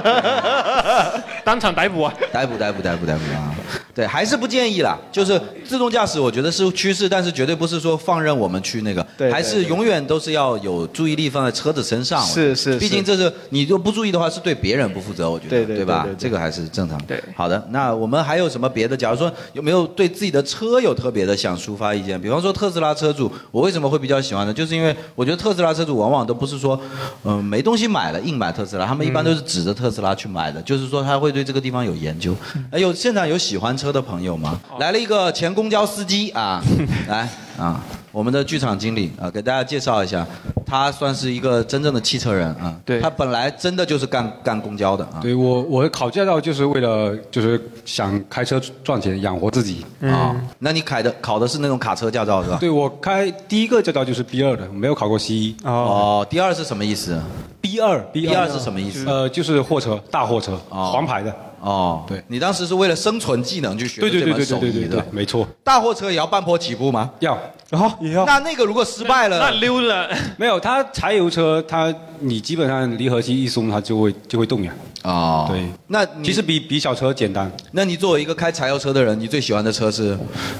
的，当场逮捕啊！逮捕逮捕逮捕逮捕啊！对，还是不建议啦。就是自动驾驶，我觉得是趋势，但是绝对不是说放任我们去那个，对对还是永远都是要有注意力放在车子身上。是是是毕竟这是你就不注意的话，是对别人不负责，我觉得，对对吧对对对这个还是正常。对，好的，那我们还有什么别的？假如说有没有对自己的车有特别的想抒发意见？比方说特斯拉车主，我为什么会比较喜欢呢？就是因为我觉得特斯拉车主往往都不是说，嗯、没东西买了硬买特斯拉，他们一般都是指着特斯拉去买的，就是说他会对这个地方有研究。哎，有现场有喜欢车的朋友吗？来了一个前公交司机 啊，来啊。我们的剧场经理啊，给大家介绍一下，他算是一个真正的汽车人啊。对，他本来真的就是干干公交的啊。对我，我考驾照就是为了就是想开车赚钱养活自己啊、嗯那你考的考的是那种卡车驾照是吧？对我开第一个驾照就是 B 二的，没有考过 C 一。哦，第二是什么意思？B 二 B 二是什么意思呃，就是货车，大货车，黄牌的。哦，对，你当时是为了生存技能去学的对对这对门对手对艺对对的对，没错。大货车也要半坡起步吗？哦要，然后也要那那个如果失败了，那溜了。没有，它柴油车，它你基本上离合器一松，它就会就会动摇。哦，对，那其实比比小车简单。那你作为一个开柴油车的人，你最喜欢的车是？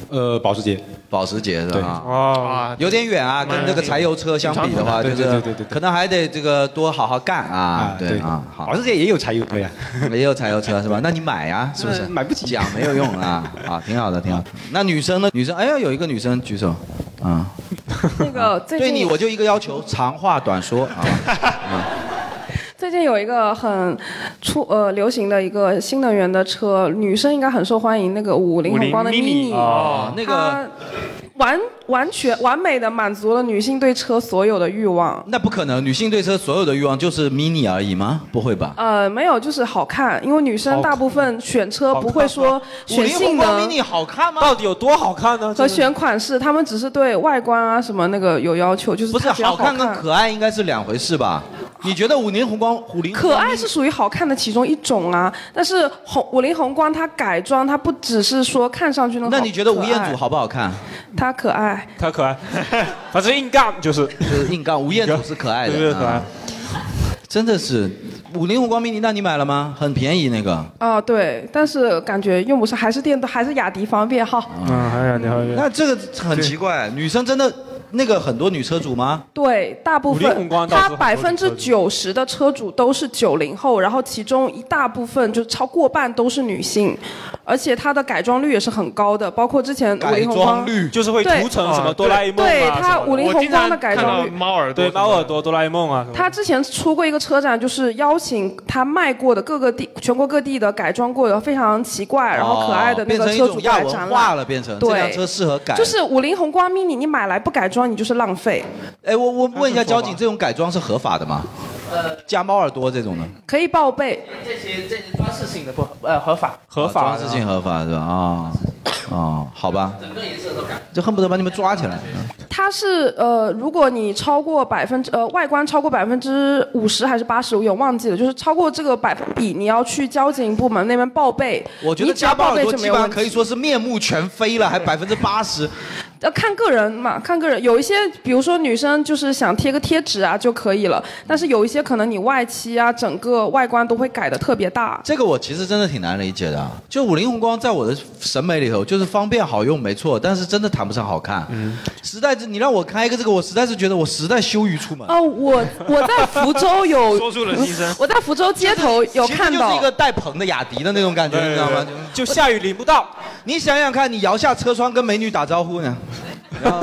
呃，保时捷。保时捷是对啊吧？哦，有点远啊，跟那个柴油车相比的话，就对是哎对对对对哎可能还得这个多好好干啊。对啊，好，保时捷也有柴油车呀， 呃也有柴油车是吧？那你买呀，是不是？买不起，讲没有用啊。啊，挺好的，挺好的。那女生呢？女生，哎呀，有一个女生举手，啊，那个最近对你我就一个要 求，长话短说啊。最近有一个很出呃流行的一个新能源的车，女生应该很受欢迎，那个五菱宏光的 mini，哦，那它个完完全完美的满足了女性对车所有的欲望。那不可能，女性对车所有的欲望就是 mini 而已吗？不会吧？呃，没有，就是好看，因为女生大部分选车不会说五选菱性宏光能 mini 好看吗？到底有多好看呢？和选款式，他们只是对外观啊什么那个有要求，就是不是它只要好看跟看可爱应该是两回事吧？你觉得五菱宏光五菱宏可光爱是属于好看的其中一种啊，但是红五菱宏光它改装，它不只是说看上去那种好。那你觉得吴彦祖可爱？好不好看？她可爱，他可爱， 反正硬杠就是就是 硬杠。吴彦祖是可爱的，对对可爱啊真的是五菱宏光 mini，那你买了吗？很便宜那个。哦对，但是感觉用不上，还是电动，还是雅迪方便啊哈。嗯，还有你还有那这个很奇怪，女生真的那个很多女车主吗？对，大部五菱宏分光倒是它很多百分之九十的车主都是九零后，然后其中一大部分就超过半都是女性，而且它的改装率也是很高的，包括之前五菱宏光就是会对涂成什么哆啦 A 梦啊对什么的它五菱宏光的改装率。猫耳朵对猫耳朵哆啦 A 梦啊什么的。他之前出过一个车展，就是邀请他卖过的各个地、全国各地的改装过的非常奇怪然后可爱的那哦变个成一车主种过亚来文展化览。了，变成这对辆车适合改。就是五菱宏光 mini，你买来不改装，你就是浪费。哎，我我问一下交警，这种改装是合法的吗？呃，加猫耳朵这种的，可以报备。这些这些装饰性的不呃合法，啊装饰性合法是吧？啊、哦，好吧，整个颜色都改。就恨不得把你们抓起来。嗯它是呃，如果你超过百分之呃外观超过百分之五十还是八十，我有点忘记了，就是超过这个百分比，你要去交警部门那边报备。我觉得你只要家暴报备很多，是没基有本上问可题。以说是面目全非了，还百分之八 十。呃，看个人嘛，看个人。有一些，比如说女生就是想贴个贴纸啊就可以了，但是有一些可能你外漆啊，整个外观都会改的特别大。这个我其实真的挺难理解的。啊就五菱宏光在我的审美里头，就是方便好用没错，但是真的谈不上好看。嗯，实在是你让我开一个这个，我实在是觉得我实在羞于出门。哦，我我在福州有 说出了心声我在福州街头有看其实就是到一个带棚的雅迪的那种感觉，你知道吗对？就下雨淋不到。你想想看，你摇下车窗跟美女打招呼 呢，然后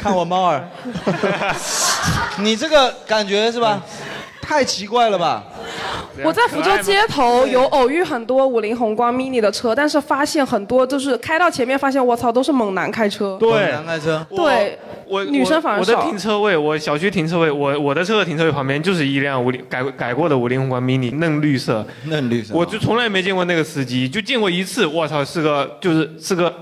看我猫儿， 你这个感觉是吧？太奇怪了吧？我在福州街头有偶遇很多五菱宏光 mini 的车，但是发现很多就是开到前面发现，我操，都是猛男开车。男开车，对，我女生反而我的少停。车位，我小区停车位，我我的车的停车位旁边就是一辆五菱改改过的五菱宏光 mini 嫩绿色，嫩绿色我就从来没见过那个司机，就见过一次，我操，是个就是是个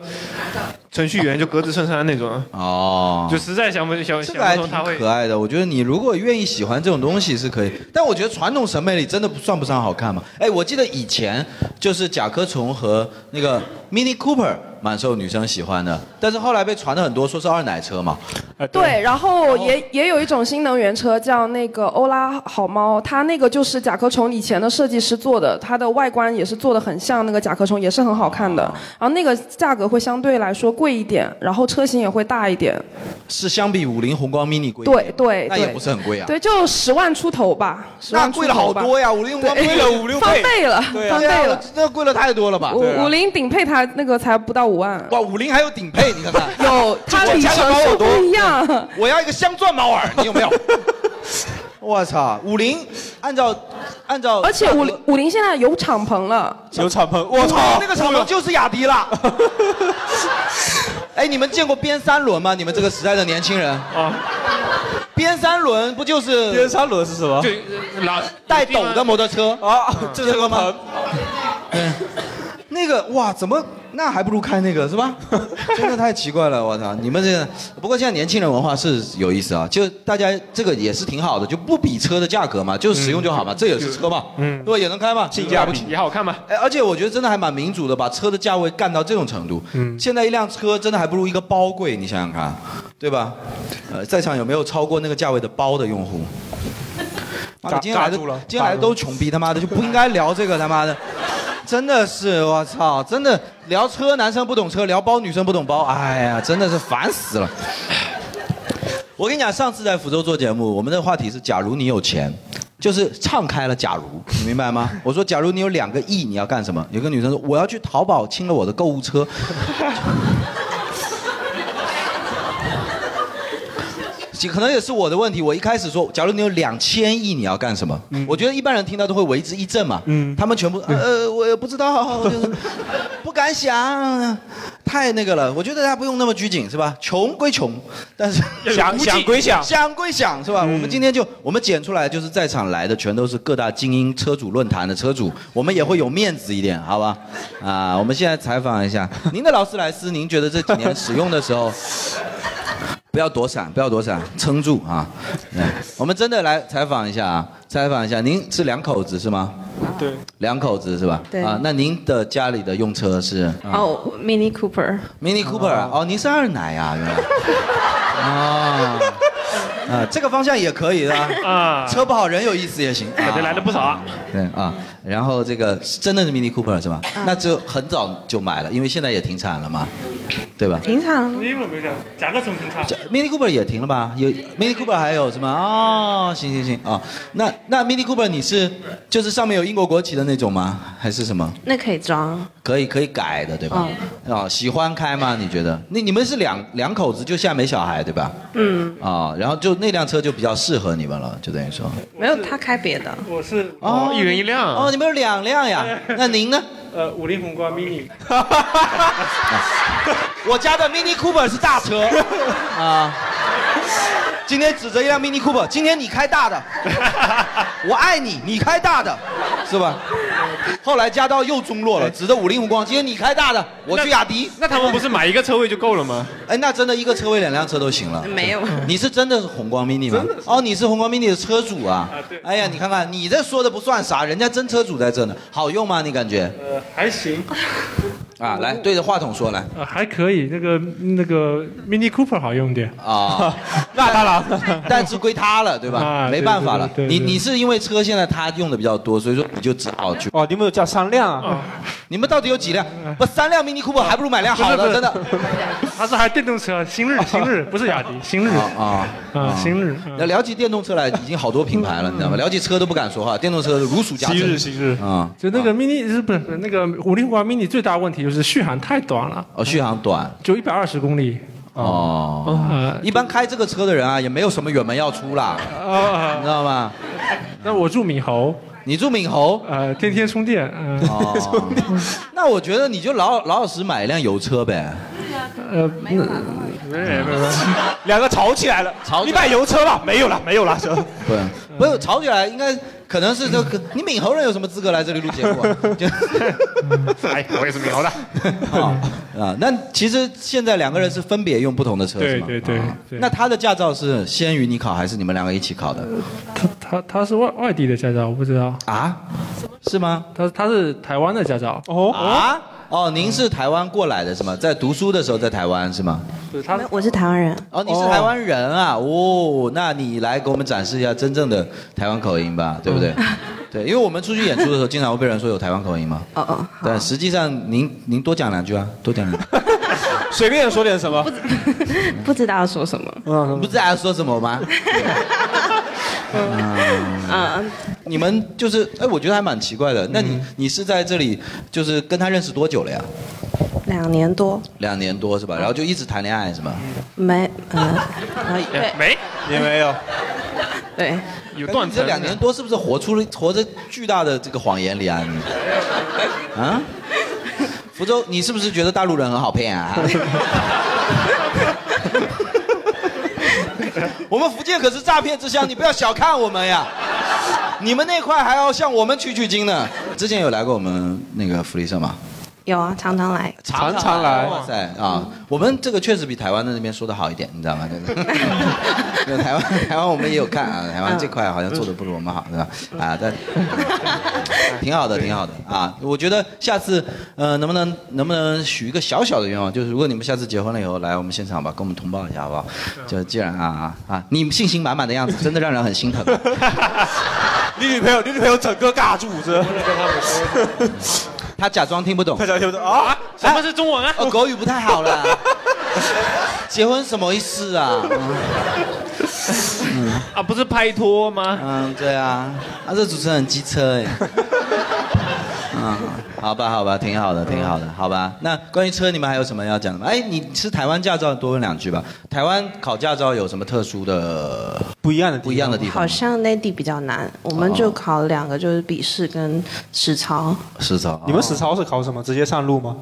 程序员，就格子衬衫那种，哦就实在想不想这想个还不通挺他会可爱的，我觉得你如果愿意喜欢这种东西是可以，但我觉得传统审美里真的不算不上好看嘛。哎，我记得以前就是甲壳虫和那个 Mini Cooper 蛮受女生喜欢的，但是后来被传的很多说是二奶车嘛。啊对，然后也也有一种新能源车叫那个欧拉好猫，它那个就是甲壳虫以前的设计师做的，它的外观也是做的很像那个甲壳虫，也是很好看哦的。然后那个价格会相对来说贵一点，然后车型也会大一点。是相比五菱宏光 mini 贵一对点，对，那也对不是很贵啊。对，就十万出头吧，十万那贵了好多呀五菱宏光贵 了五六倍翻倍了，对啊翻倍了对啊，那贵了太多了吧对啊五五菱顶配它那个才不到五万，哇，五菱还有顶配，你看看，有就它我里家的程猫数耳朵不一样。我要一个镶钻猫耳，你有没有？ 我操，五菱按照按照，而且五菱五菱现在有敞篷了，有敞篷，我操，那个敞篷就是雅迪 啦。哎，你们见过边三轮吗？你们这个时代的年轻人啊，边三轮不就是边三轮是什么就老带斗的摩托车啊，这是个吗？嗯，那个哇，怎么那还不如开那个是 吧？真的太奇怪了，我操！你们这个不过现在年轻人文化是有意思啊，就大家这个也是挺好的，就不比车的价格嘛，就使用就好嘛，这也是车嘛，嗯，对吧，也能开嘛，性价比也好看嘛。哎，而且我觉得真的还蛮民主的，把车的价位干到这种程度。嗯，现在一辆车真的还不如一个包贵，你想想看，对吧？呃，在场有没有超过那个价位的包的用户？妈的，炸今天来炸的住了今天来的都是穷逼，他妈的就不应该聊这个，他妈的， 真的是我操，真的聊车男生不懂车，聊包女生不懂包，哎呀，真的是烦死了。我跟你讲，上次在福州做节目，我们的话题是：假如你有钱，就是唱开了。假如你明白吗？我说，假如你有两个亿，你要干什么？有个女生说，我要去淘宝清了我的购物车。可能也是我的问题。我一开始说，假如你有两千亿，你要干什么？我觉得一般人听到都会为之一振嘛。他们全部呃，我也不知道， 我就是不敢想，太那个了。我觉得大家不用那么拘谨，是吧？穷归穷，但是 想想归想嗯 想归想，是吧？我们今天就我们剪出来，就是在场来的全都是各大精英车主论坛的车主，我们也会有面子一点，好吧？啊，我们现在采访 一下您的劳斯莱斯，您觉得这几年使用的时候？不要躲闪，不要躲闪，撑住啊！嗯我们真的来采访一下啊，采访一下，您是两口子是吗？对，两口子是吧？对啊，那您的家里的用车是？啊、 哦、m i n i Cooper， ，Mini Cooper 啊哦，您是二奶呀、 原来。啊，啊，这个方向也可以的啊，车不好人有意思也行，感感觉来的不少啊。对啊，然后这个是真的是 Mini Cooper 是吧？那就很早就买了，因为现在也停产了嘛，对吧？停产了。你怎么讲？讲个什么平常？ Mini Cooper 也停了吧？有 Mini Cooper 还有什么？哦，行行行啊、哦，那那 Mini Cooper 你是就是上面有英国国旗的那种吗？还是什么？那可以装。可以可以改的对吧？啊、喜欢开吗？你觉得？那你们是两两口子，就现在没小孩对吧？嗯，啊、然后就那辆车就比较适合你们了，就等于说。没有，他开别的。我是哦一人一辆哦，你们有两辆呀？哎 那您呢？呃，五菱宏光 mini， 我家的 Mini Cooper 是 大车啊。今天指着一辆 Mini Cooper，今天你开大的，我爱你，你开大的，是吧？后来家道又中落了，指着五菱宏光，今天你开大的，我去雅迪。那他们不是买一个车位就够了吗？哎，那真的一个车位两辆车都行了。没有你是真的是宏光 mini 吗？哦，你是宏光 mini 的车主啊。哎呀，你看看，你这说的不算啥，人家真车主在这呢。好用吗？你感觉？呃，还行，啊，来对着话筒说来。呃，还可以。那个那个 Mini Cooper 好用点啊， 那当然， 但是归他了，对吧？啊没办法了，对对对对你你是因为车现在他用的比较多，所以说你就只好去。哦，你们有叫三辆啊？你们到底有几辆？不，三辆 Mini Cooper 还不如买辆好哎不的，是真的。不是它是还电动车，新日新日不是雅迪，新日 啊啊！新日嗯要聊起电动车来，已经好多品牌了，你知道 吗？聊起车都不敢说话，电动车如数家珍。昔日昔日嗯啊，就那个 mini 是不是那个五菱宏光 mini 最大问题就是续航太短了，哦，续航短，就一百二十公里。哦，一般开这个车的人啊，也没有什么远门要出啦，你知道吗？那我住闽侯，你住闽侯，呃，天天充电，嗯、哦，那我觉得你就老老老实买一辆油车呗。呃，没有，哎哎嗯两个吵起来了，吵你买油车吧，没有了，没有了，车。对，嗯不是吵起来，应该可能是 这个，你闽侯人有什么资格来这里录节目啊？就 哎，我也是秒的。 啊啊，那其实现在两个人是分别用不同的车，是吗？对对对啊对那他的驾照是先于你考，还是你们两个一起考的？他他是外外地的驾照，我不知道啊，是吗？他他是台湾的驾照哦啊哦，您是台湾过来的是吗？在读书的时候在台湾是吗？没有我是台湾人。哦，你是台湾人啊？哦，那你来给我们展示一下真正的台湾口音嗯吧，对不对？对，因为我们出去演出的时候，经常会被人说有台湾口音嘛。哦哦，但实际上，您您多讲两句啊，多讲两句。 随便说点什么，不知 道说什么。嗯，不知道要说什么 吗？嗯，嗯，你们就是，哎，我觉得还蛮奇怪的。那嗯你你是在这里，就是跟他认识多久了呀？哦两年多两年多是吧？然后就一直谈恋爱是吧？嗯没呃， 呃对没，也没有。 对，有断这两年多是不是活出了活在巨大的这个谎言里啊？你啊， 福州，你是不是觉得大陆人很好 骗啊？我们福建可是诈骗之乡，你不要小看我们呀！你们那块还要向我们取取经呢。之前有来过我们那个福利社吗？有啊，常常来。常哇塞啊！我们这个确实比台湾的那边说的好一点，你知道吗？真 的因为台湾台湾我们也有看啊，台湾这块好像做的不如我们好，是吧？啊，但挺好的，挺好的啊！我觉得下次呃，能不能能不能许一个小小的愿望，就是如果你们下次结婚了以后来我们现场吧，跟我们通报一下好不好？就既然啊啊啊，你们信心满满的样子，真的让人很心疼。啊你女朋友，你女朋友整个尬住，这。 他假装听不懂，他假装听不懂啊？什么是中文啊？哦，狗语不太好了。结婚什么意思啊？嗯啊，不是拍拖吗？嗯，对啊，啊，这主持人很机车哎。嗯，好吧，好吧，挺好的，挺好的，好吧。那关于车，你们还有什么要讲的吗？哎，你是台湾驾照，多问两句吧。台湾考驾照有什么特殊的、不一样的、不一样的地好方？像内地比较难，我们哦就考两个，就是笔试跟实操。实操你们实操是考什么？直接上路吗？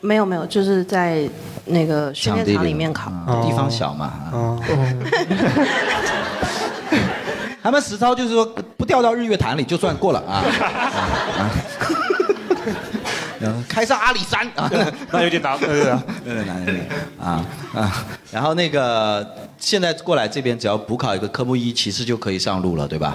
没有没有，就是在那个训练场里面考。嗯地方小嘛。哦。 他们实操就是说不掉到日月潭里就算过了 啊。啊啊开上阿里 山啊，那有点 难，对对有点难，有点难啊啊！然后那个现在过来这边，只要补考一个科目一，其实就可以上路了，对吧？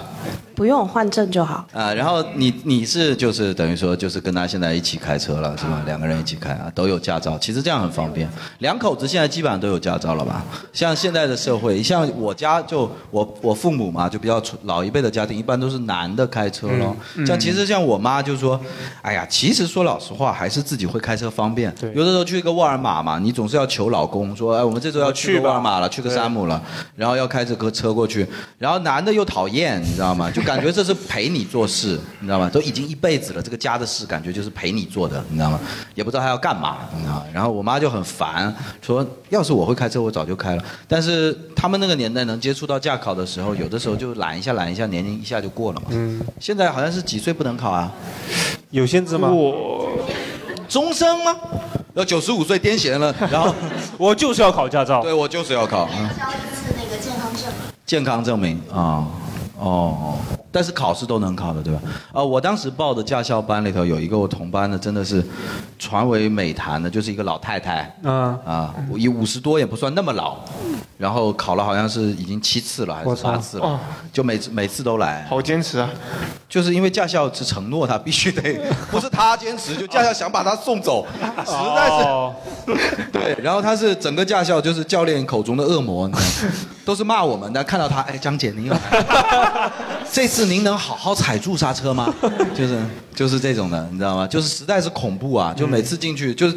不用换证就 好。啊，然后你你是就是等于说就是跟他现在一起开车了，是吧？两个人一起开啊，都有驾照，其实这样很方便。两口子现在基本上都有驾照了吧？像现在的社会，像我家就我我父母嘛，就比较老一辈的家庭，一般都是男的开车咯。嗯嗯像其实像我妈就说，哎呀，其实说老实话，还是自己会开车方便。有的时候去一个沃尔玛嘛，你总是要求老公说，哎，我们这周要去个沃尔玛了，去个山姆了，然后要开着个车过去，然后男的又讨厌，你知道吗？就感觉这是陪你做事， 你知道吗？都已经一辈子了，这个家的事感觉就是陪你做的，你知道吗？也不知道他要干嘛，你知道吗？然后我妈就很烦，说要是我会开车，我早就开了。但是他们那个年代能接触到驾考的时候，有的时候就懒一下懒一下，年龄一下就过了嘛。嗯，现在好像是几岁不能考啊？有限制吗？我终身吗？要九十五岁癫痫 了，然后我就是要考驾照。对我就是要考。嗯是那个健康证。健康证明啊、哦哦，但是考试都能考的，对吧？啊，我当时报的驾校班里头有一个我同班的，真的是传为美谈的，就是一个老太太。嗯啊，我以五十多也不算那么老，然后考了好像是已经七次了还我是操八次哦了，就每次每次都来。好坚持啊！就是因为驾校是承诺他必须得，不是他坚持，就驾校想把他送走，实在是。哦 对，然后他是整个驾校就是教练口中的恶魔，你知道吗？都是骂我们，但看到他，哎，张姐您又 来了，这次您能好好踩住刹车吗？就是就是这种的，你知道吗？就是实在是恐怖嗯啊！就每次进去就是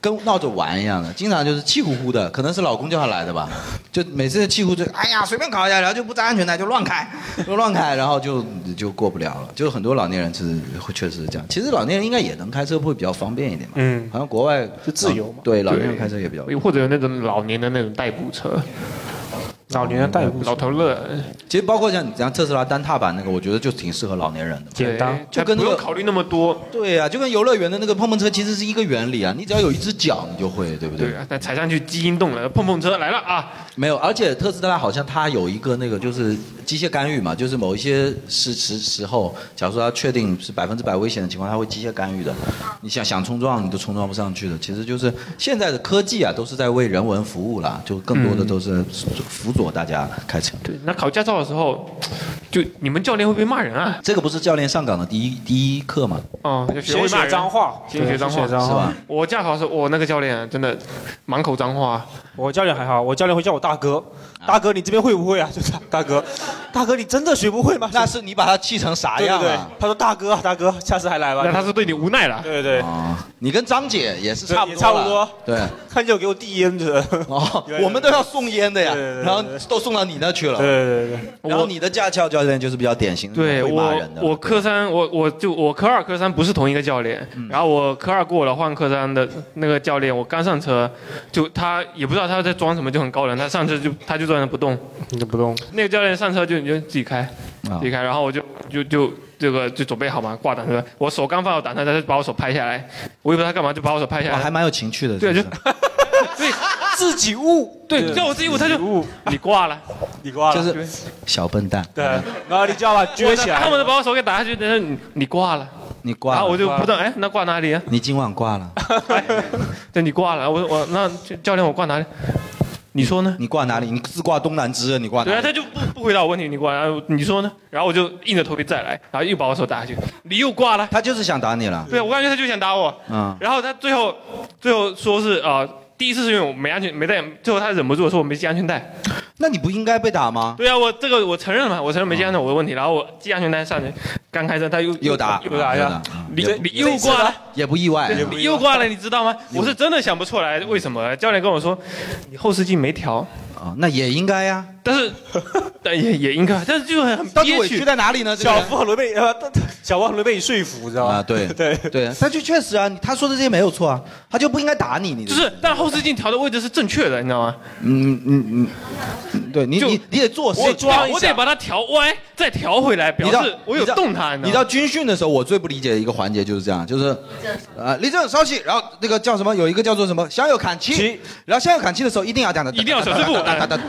跟闹着玩一样的，经常就是气呼呼的，可能是老公叫他来的吧，就每次气呼就哎呀随便考一下，然后就不扎安全带就乱 开，就乱开，然后就就过不了了。就是很多老年人是会确实是这样，其实老年人应该也能开车，会比较方便一点嘛。嗯，好像国外就自由嘛对老年人开车也比较或者有那种老年的那种代步车，老年人代步，老头乐，其实包括像你像特斯拉单踏板那个，我觉得就挺适合老年人的嘛，简单就跟那不个用考虑那么多。对啊，就跟游乐园的那个碰碰车其实是一个原理啊，你只要有一只脚你就会，对不对？对啊，但踩上去基因动了，碰碰车来了啊！没有，而且特斯拉好像它有一个那个就是机械干预嘛，就是某一些时时时候，假如说它确定是百分之百危险的情况，它会机械干预的。你想想冲撞，你都冲撞不上去的。其实就是现在的科技啊，都是在为人文服务啦，就更多的都是辅佐大家开车。对，嗯那考驾照的时候，就你们教练会不会骂人啊？这个不是教练上岗的第一第一课吗？哦，要学会骂人学脏话学学对脏话学脏话是吧？我驾考的时候，我那个教练啊真的满口脏话。我教练还好，我教练哦会叫我大哥，大哥你这边会不会啊？ 就是大哥，大哥你真的学不 会吗？那是你把他气成啥样啊对对对，他说大哥大哥，下次还来吧。那他是对你无奈了。对对，你跟张姐也是对差不也多，差不多。对，看见我给我递烟的。 哦，我们都要送烟的呀，然后都送到你那去了。对对对对。然后你的驾校教练就是比较典型的，对会骂我人，的。我科三，我我就我科二、科三不是同一个教练，嗯然后我科二过了换科三的那个教练，我刚上车，就他也不知道他在装什么，就很高冷，他上车就他就坐在那不动，你都不动。那个教练上车就你就自己开，嗯啊自己开，然后我就就就这个就准备好嘛，挂挡车，我手刚放到挡车，他就把我手拍下来，我也不知道他干嘛，就把我手拍下哇来，哦还蛮有情趣的。对，就对自己悟，对，叫我自己悟，他就你挂了， 你挂了就是小笨蛋。对，然后你知道吧，撅起他来。们都把我手给打下去，但是你你挂了，你挂了然后我就不知道，哎，那挂哪里啊？你今晚挂了，对，你挂了，我我那教练我挂哪里？你说呢？你挂哪里？你自挂东南枝，你挂对哪啊，里？他就不不回答我问题，你挂，然后你说呢？然后我就硬着头皮再来，然后又把我手打下去，你又挂了。他就是想打你了。对，我感觉他就想打我，嗯，然后他最后最后说是啊、呃第一次是因为我没安全没带，最后他忍不住说我没系安全带。那你不应该被打吗？对啊，我这个我承认嘛，我承认没系安全带我的问题，然后我系安全带上去，刚开车他又啊又打又打一又下打，嗯你也你又挂了。也不意外。对你又挂了，你知道吗？我是真的想不出来为什么。教练跟我说，你后视镜没调。啊，那也应该呀。但是，但也也应该，但是就很很到憋底屈。委屈在哪里呢？这个小人夫很容易被呃， 小夫很容易被你说服，知道吗？啊， 对对对，他就确实啊，他说的这些没有错啊，他就不应该打你，你就，就是但后视镜调的位置是正确的，你知道吗？嗯嗯嗯，对你你你得做事，我我得把它调歪，再调回来，你表知道示我有动它，你你知知道道吗？军训的时候，我最不理解的一个环节就是这样，就是，呃，立正稍息，然后那个叫什么，有一个叫做什么，向右砍七，然后向右砍七的时候一定要这样的，一定要小哎碎步哒哒哒哒哒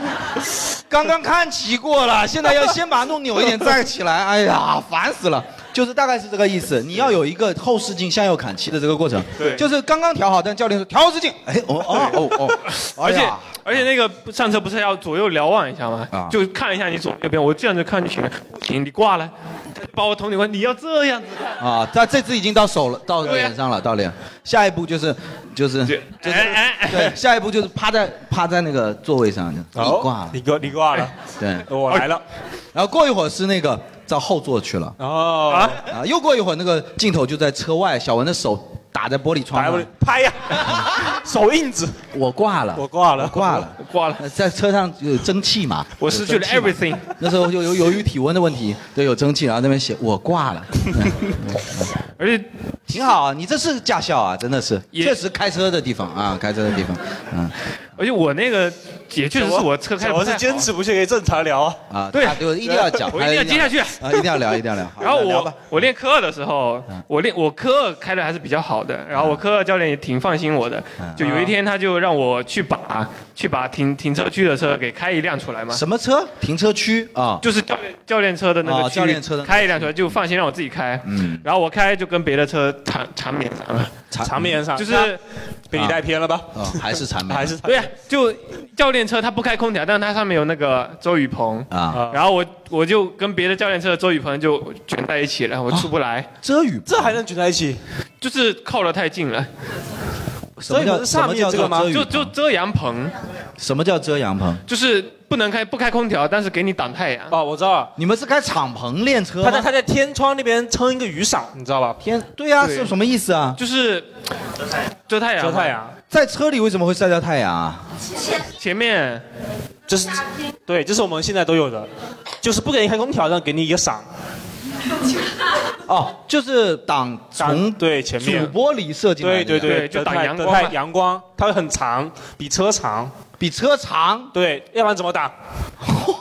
刚刚看齐过了，现在要先把它弄扭一点再起来，哎 呀，烦死了。就是大概是这个意思，你要有一个后视镜向右砍七的这个过程，对就是刚刚调好，但教练说调后视镜，哎，哦哦哦哦，哎 而且呀啊而且那个上车不是要左右瞭望一下吗？就看一下你左右边，我这样就看就行了。不行，你挂了，他就把我头顶过来，你要这样子看。啊，他这次已经到手了，到对呀啊哎脸上了，到脸。下一步就是就是就是对，下一步就是趴在趴在那个座位上，你哦挂了，你挂你挂了，对，我来了。然后过一会儿是那个到后座去了，哦啊，又过一会儿那个镜头就在车外，小文的手打在玻璃窗上，拍呀，手印子，我挂了，我挂了，挂了，挂了，在车上有蒸汽嘛，我失去了有蒸汽 everything 嘛。那时候就由由于体温的问题，对，有蒸汽，然后那边写我挂了，而且挺好啊，你这是驾校啊，真的是，确实开车的地方啊，开车的地方，嗯，而且我那个也确实是我车开的不我太是好坚持不懈，可以正常聊啊。啊，对啊我一定要讲， 我一定要接下去啊，一定要聊，一定要聊。好然后聊吧嗯我我练科二的时候，我练我科二开的还是比较好的，然后我科二教练也挺放心我的，嗯就有一天他就让我去把去把停停车区的车给开一辆出来嘛，什么车？停车区啊，就是教练教练车的那个哦区域教练车的那个开一辆出来就放心让我自己开，嗯，然后我开就跟别的车缠缠绵上了，缠绵上就是那被你带偏了吧？啊，还是缠绵， 还是缠对啊，就教练车它不开空调，但是它上面有那个周雨棚啊，然后我我就跟别的教练车的周雨棚就卷在一起了，我出不来。遮雨这还能卷在一起？就是靠得太近了。什么叫是上什么叫面这个吗？遮雨就棚就遮阳棚，什么叫遮阳棚？就是不能开不开空调，但是给你挡太阳。哦，我知道了。你们是开敞篷练车吗他在他在天窗那边撑一个雨伞，你知道吧？天，对呀、是什么意思啊？就是遮太阳，遮太阳。在车里为什么会晒到太阳啊？前面就是对，这是我们现在都有的，就是不给你开空调，但给你一个伞。哦，就是挡从对前面主玻璃射进来对的对对就遮挡太阳遮光太嘛阳光，它会很长，比车长，比车长。对，要不然怎么 挡？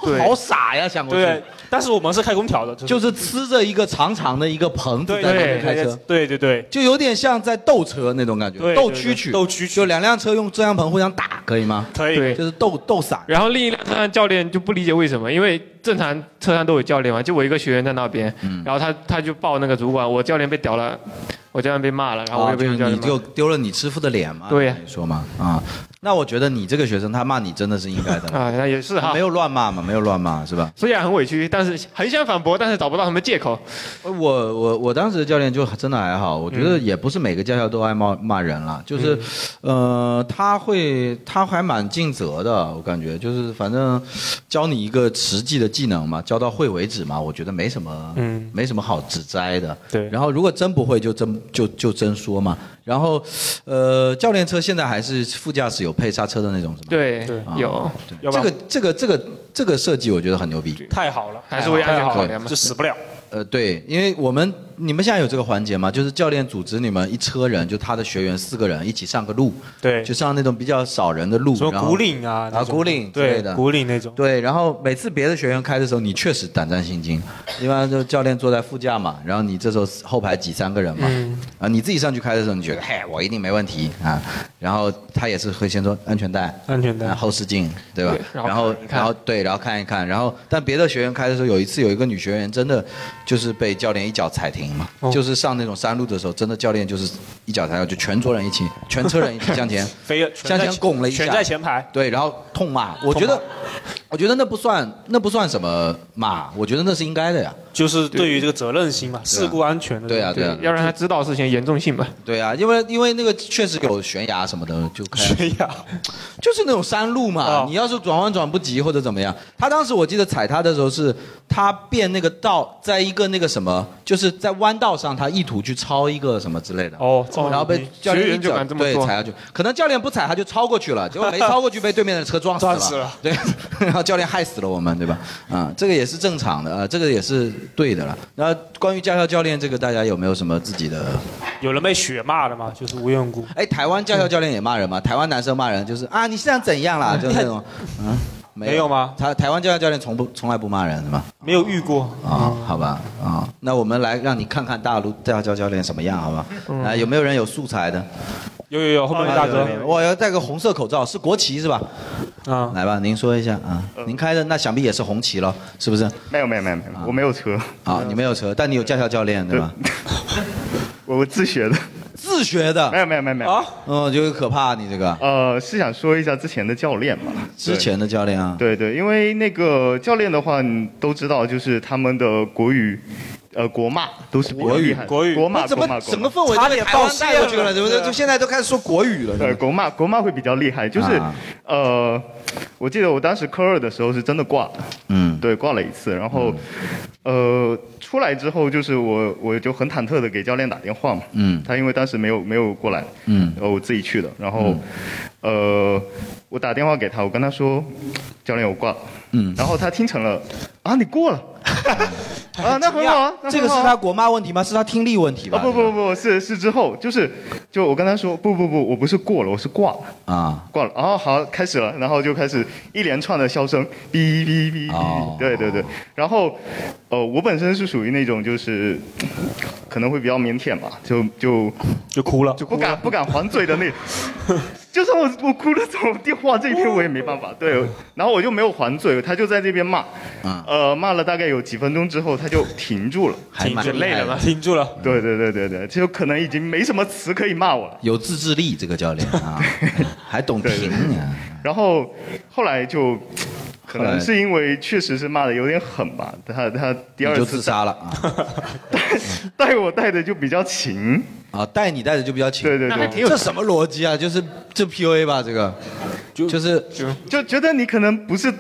对好傻呀，想过去。对，但是我们是开空调的，就是是呲着一个长长的一个棚子对在那对边开车，对对对，就有点像在斗车那种感觉，对斗对蛐对蛐，斗蛐蛐，就两辆车用遮阳棚互相打，可以吗？可以，就是斗斗伞。然后另一辆车上教练就不理解为什么，因为正常车上都有教练嘛，就我一个学员在那边，嗯然后他他就报那个主管，我教练被屌了， 我教练被骂了，然后我啊又被就是教练你骂。就丢了你师傅的脸嘛？对呀你说嘛啊？那我觉得你这个学生他骂你真的是应 该的啊，那也是哈没有乱骂嘛，没有乱骂是吧？虽然很委屈，但是很想反驳，但是找不到什么借口。呃我我我当时的教练就真的还好，我觉得嗯也不是每个驾校都爱骂骂人了，就是，呃，他会他还蛮尽责的，我感觉就是反正教你一个实际的技能嘛，教到会为止嘛，我觉得没什么，嗯没什么好指摘的。对，然后如果真不会就真就就真说嘛。然后，呃，教练车现在还是副驾驶有配刹车的那种是吗？啊对，有对要不这然个这个这个这个设计我觉得很牛逼。太好了，还是为安全考对量嘛。就死不了。呃，对，因为我们你们现在有这个环节嘛，就是教练组织你们一车人，就他的学员四个人一起上个路，对，就上那种比较少人的路，什么然后古岭啊那啊种古岭之对类的，古岭那种，对。然后每次别的学员开的时候，你确实胆战心惊，一般就教练坐在副驾嘛，然后你这时候后排挤三个人嘛，嗯啊，你自己上去开的时候，你觉得嘿，我一定没问题啊，然后他也是会先说安全带，安全带啊后视镜，对吧？对然然后后然后对，然后看一看，然后但别的学员开的时候，有一次有一个女学员真的就是被教练一脚踩停嘛，哦就是上那种山路的时候，真的教练就是一脚踩到，就全桌人一起，全车人一起向前 飞了，全向在前拱了一下，全在前排。对，然后痛骂，我觉得，我觉得那不算，那不算什么骂，我觉得那是应该的呀。就是对于这个责任心嘛，事故安全的对啊，对啊，要让他知道事情严重性吧。对啊，因为因为那个确实有悬崖什么的，就开悬崖，就是那种山路嘛。哦你要是转弯转不急或者怎么样，他当时我记得踩他的时候是，他变那个道，在一个那个什么，就是在弯道上，他意图去超一个什么之类的。哦这么然后被牛逼教练学一员就脚敢这么对做踩下去，可能教练不踩他就超过去了，结果没超过去被对面的车撞死 了。撞死了对， 然后教练害死了我们，对吧？啊、这个也是正常的啊、这个也是对的了。然后关于驾校教练这个，大家有没有什么自己的？有人被血骂的嘛，就是无缘无故。哎，台湾驾校教练也骂人嘛，台湾男生骂人就是啊，你现在怎样啦？就是 那种，嗯，没有吗？台台湾驾校教练从不从来不骂人是吗？没有遇过啊、好吧，啊、那我们来让你看看大陆驾校教练什么样，好吧？啊嗯来，有没有人有素材的？啊有有有，后面有大哥，我要戴个红色口罩，是国旗是吧？啊，嗯来吧，您说一下啊，您开的那想必也是红旗了，是不是？没有没有没有没有，我没有车。啊，你没有车，但你有驾校教练对吧？我我自学的。自学的？没有没有没有没有。啊，嗯，就是可怕你这个。呃，是想说一下之前的教练嘛。之前的教练啊，对对，因为那个教练的话，你都知道，就是他们的国语。呃，国骂都是比较国语厉害国语国骂，那怎么国骂国骂整个氛围都被台湾带过去了对不对就现在都开始说国语了对，国骂国骂会比较厉害，就是啊呃，我记得我当时科二的时候是真的挂了，嗯，对，挂了一次，然后呃，出来之后就是我我就很忐忑的给教练打电话嘛，嗯他因为当时没有没有过来，嗯然后我自己去的，然后、呃，我打电话给他，我跟他说，教练我挂了，嗯 然后他听成了啊你过了，啊，那很好啊，那很好啊这个是他国骂问题吗？是他听力问题啊吧？不不不不是是之后，就是就我跟他说不不不，我不是过了，我是挂了啊挂了。哦好，开始了，然后就开始一连串的笑声，哔哔哔哦哔，对对对。然后呃，我本身是属于那种就是可能会比较腼腆吧，就就就哭了，就不敢不敢还嘴的那。就算我我哭了，怎么电话这一天我也没办哦法。对，然后我就没有还嘴，他就在这边骂，嗯呃，骂了大概有几分钟之后，他就停住了，还蛮挺累了吧停住了。对对对对对，就可能已经没什么词可以骂我了。有自制力，这个 教练啊，还懂听啊。然后后来就，可后来能是因为确实是骂的有点狠吧，他他第二你就次自杀了啊 带我带的就比较勤啊，带你带的就比较勤。对对对，这什么逻辑啊？就是这 PUA 吧，这个就就是就觉得你可能不是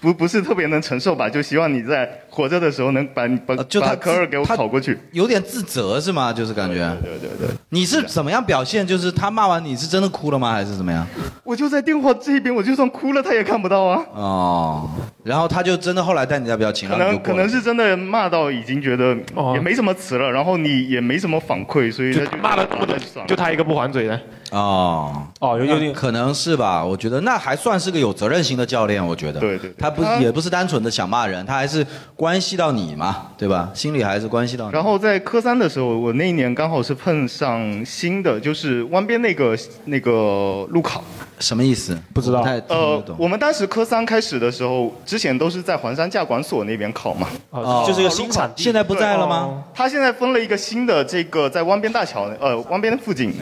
不不是特别能承受吧，就希望你在活着的时候能把你把、啊就他把科二给我他考过去。有点自责是吗？就是感觉。对对对你是怎么样表现？就是他骂完你是真的哭了吗？还是怎么样？我就在电话这边，我就算哭了，他也看不到啊。哦，然后他就真的后来带你带比较勤，可然后你能就可过了能是真的骂到已经觉得哦也没什么词了，然后你也没什么反馈，所以他就骂了那么多，就他一个不还嘴的。哦哦，有有点可能是吧？我觉得那还算是个有责任心的教练，我觉得。对对他不他也不是单纯的想骂人，他还是关系到你嘛，对吧？心里还是关系到你。然后在科三的时候，我那一年刚好是碰上新的，就是湾边那个那个路考。什么意思？不知道。太听不呃懂，。我们当时科三开始的时候，之前都是在黄山驾管所那边考嘛。哦就是一个新场地现在不在了吗对？哦他现在分了一个新的，这个在湾边大桥，呃，湾边附近。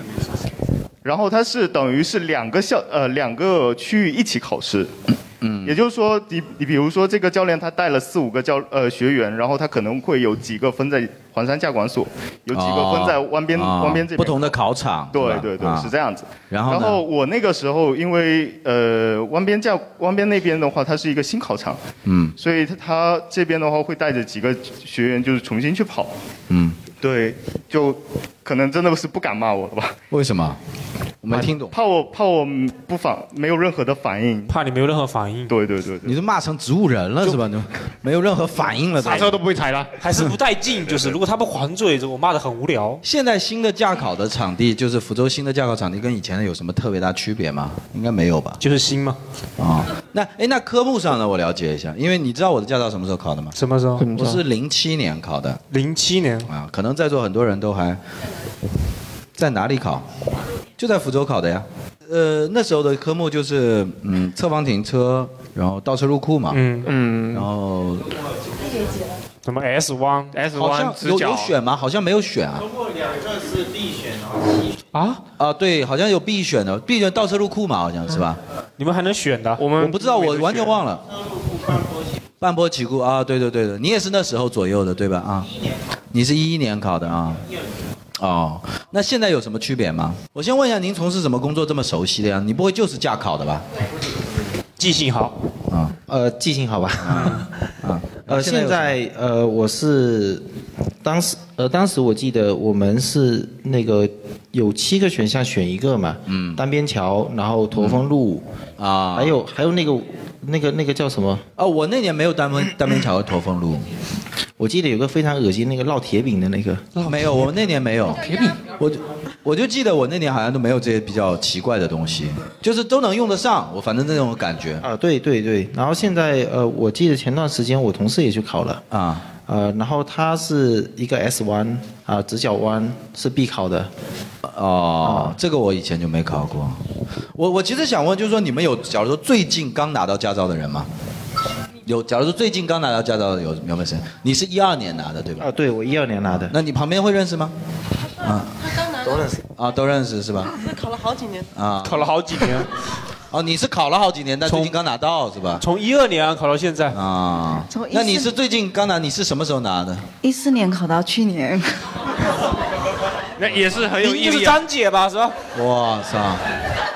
然后它是等于是两个校，呃，两个区域一起考试。嗯，也就是说，你你比如说这个教练他带了四五个教呃学员，然后他可能会有几个分在黄山驾管所，有几个分在湾边、哦湾边这边不同的考场。对吧对对，啊是这样子。然后呢我那个时候因为呃湾边教湾边那边的话，它是一个新考场，嗯所以他他这边的话会带着几个学员就是重新去跑。嗯，对，就可能真的是不敢骂我了吧？为什么？我没听懂。怕我怕我不反没有任何的反应，怕你没有任何反应。对对对对，你是骂成植物人了是吧？你没有任何反应了，对吧刹车都不会踩了， 还是不带劲。就是如果他不还嘴，我骂的很无 聊。现在新的驾考的场地，就是福州新的驾考场地，跟以前的有什么特别大区别吗？应该没有吧？就是新吗？啊、那哎，那科目上呢，我了解一下，因为你知道我的驾照什么时候考的吗？什么时候什么时我候是零七年考的。零七年啊，可能在座很多人都还在哪里考？就在福州考的呀。呃，那时候的科目就是嗯，侧方停车，然后倒车入库嘛。嗯嗯。然后什么 S 弯？S 好像弯直有角有选吗？好像没有选啊。过两个是必选啊，啊啊，对，好像有必选的，必选倒车入库嘛，好像是吧？你们还能选的？我们我不知道，我完全忘了。半坡起步啊，对对对的，你也是那时候左右的对吧？啊，你是一一年考的啊。哦，那现在有什么区别吗？我先问一下，您从事什么工作这么熟悉的呀？你不会就是驾考的吧？记性好。啊，呃，记性好吧？啊，呃，现在呃，我是当时呃，当时我记得我们是那个有七个选项选一个嘛，嗯，单边桥，然后驼峰路啊，还有还有那个那个那个叫什么？哦，我那年没有单 边单边桥和驼峰路，我记得有个非常恶心那个烙铁饼的那个，没有，我们那年没有。我就 我就记得我那年好像都没有这些比较奇怪的东西，就是都能用得上，我反正那种感觉。啊，对对对，然后现在呃，我记得前段时间我同事也去考了啊，呃，然后他是一个 S 弯啊、直角弯是必考的，哦，这个我以前就没考过。我我其实想问，就是说你们有，假如说最近刚拿到驾照的人吗？有，假如说最近刚拿到驾照的有有没有谁？你是一二年拿的对吧？啊，对，我一二年拿的。那你旁边会认识吗？啊刚拿到，啊，都认识是吧？那考了好几年。啊，考了好几年。 哦，你是考了好几年，但最近刚拿到是吧？从一二年考到现在啊从14那你是最近刚拿，你是什么时候拿的？一四年考到去年，那也是很有您毅就是力啊。张姐吧？是吧？哇操！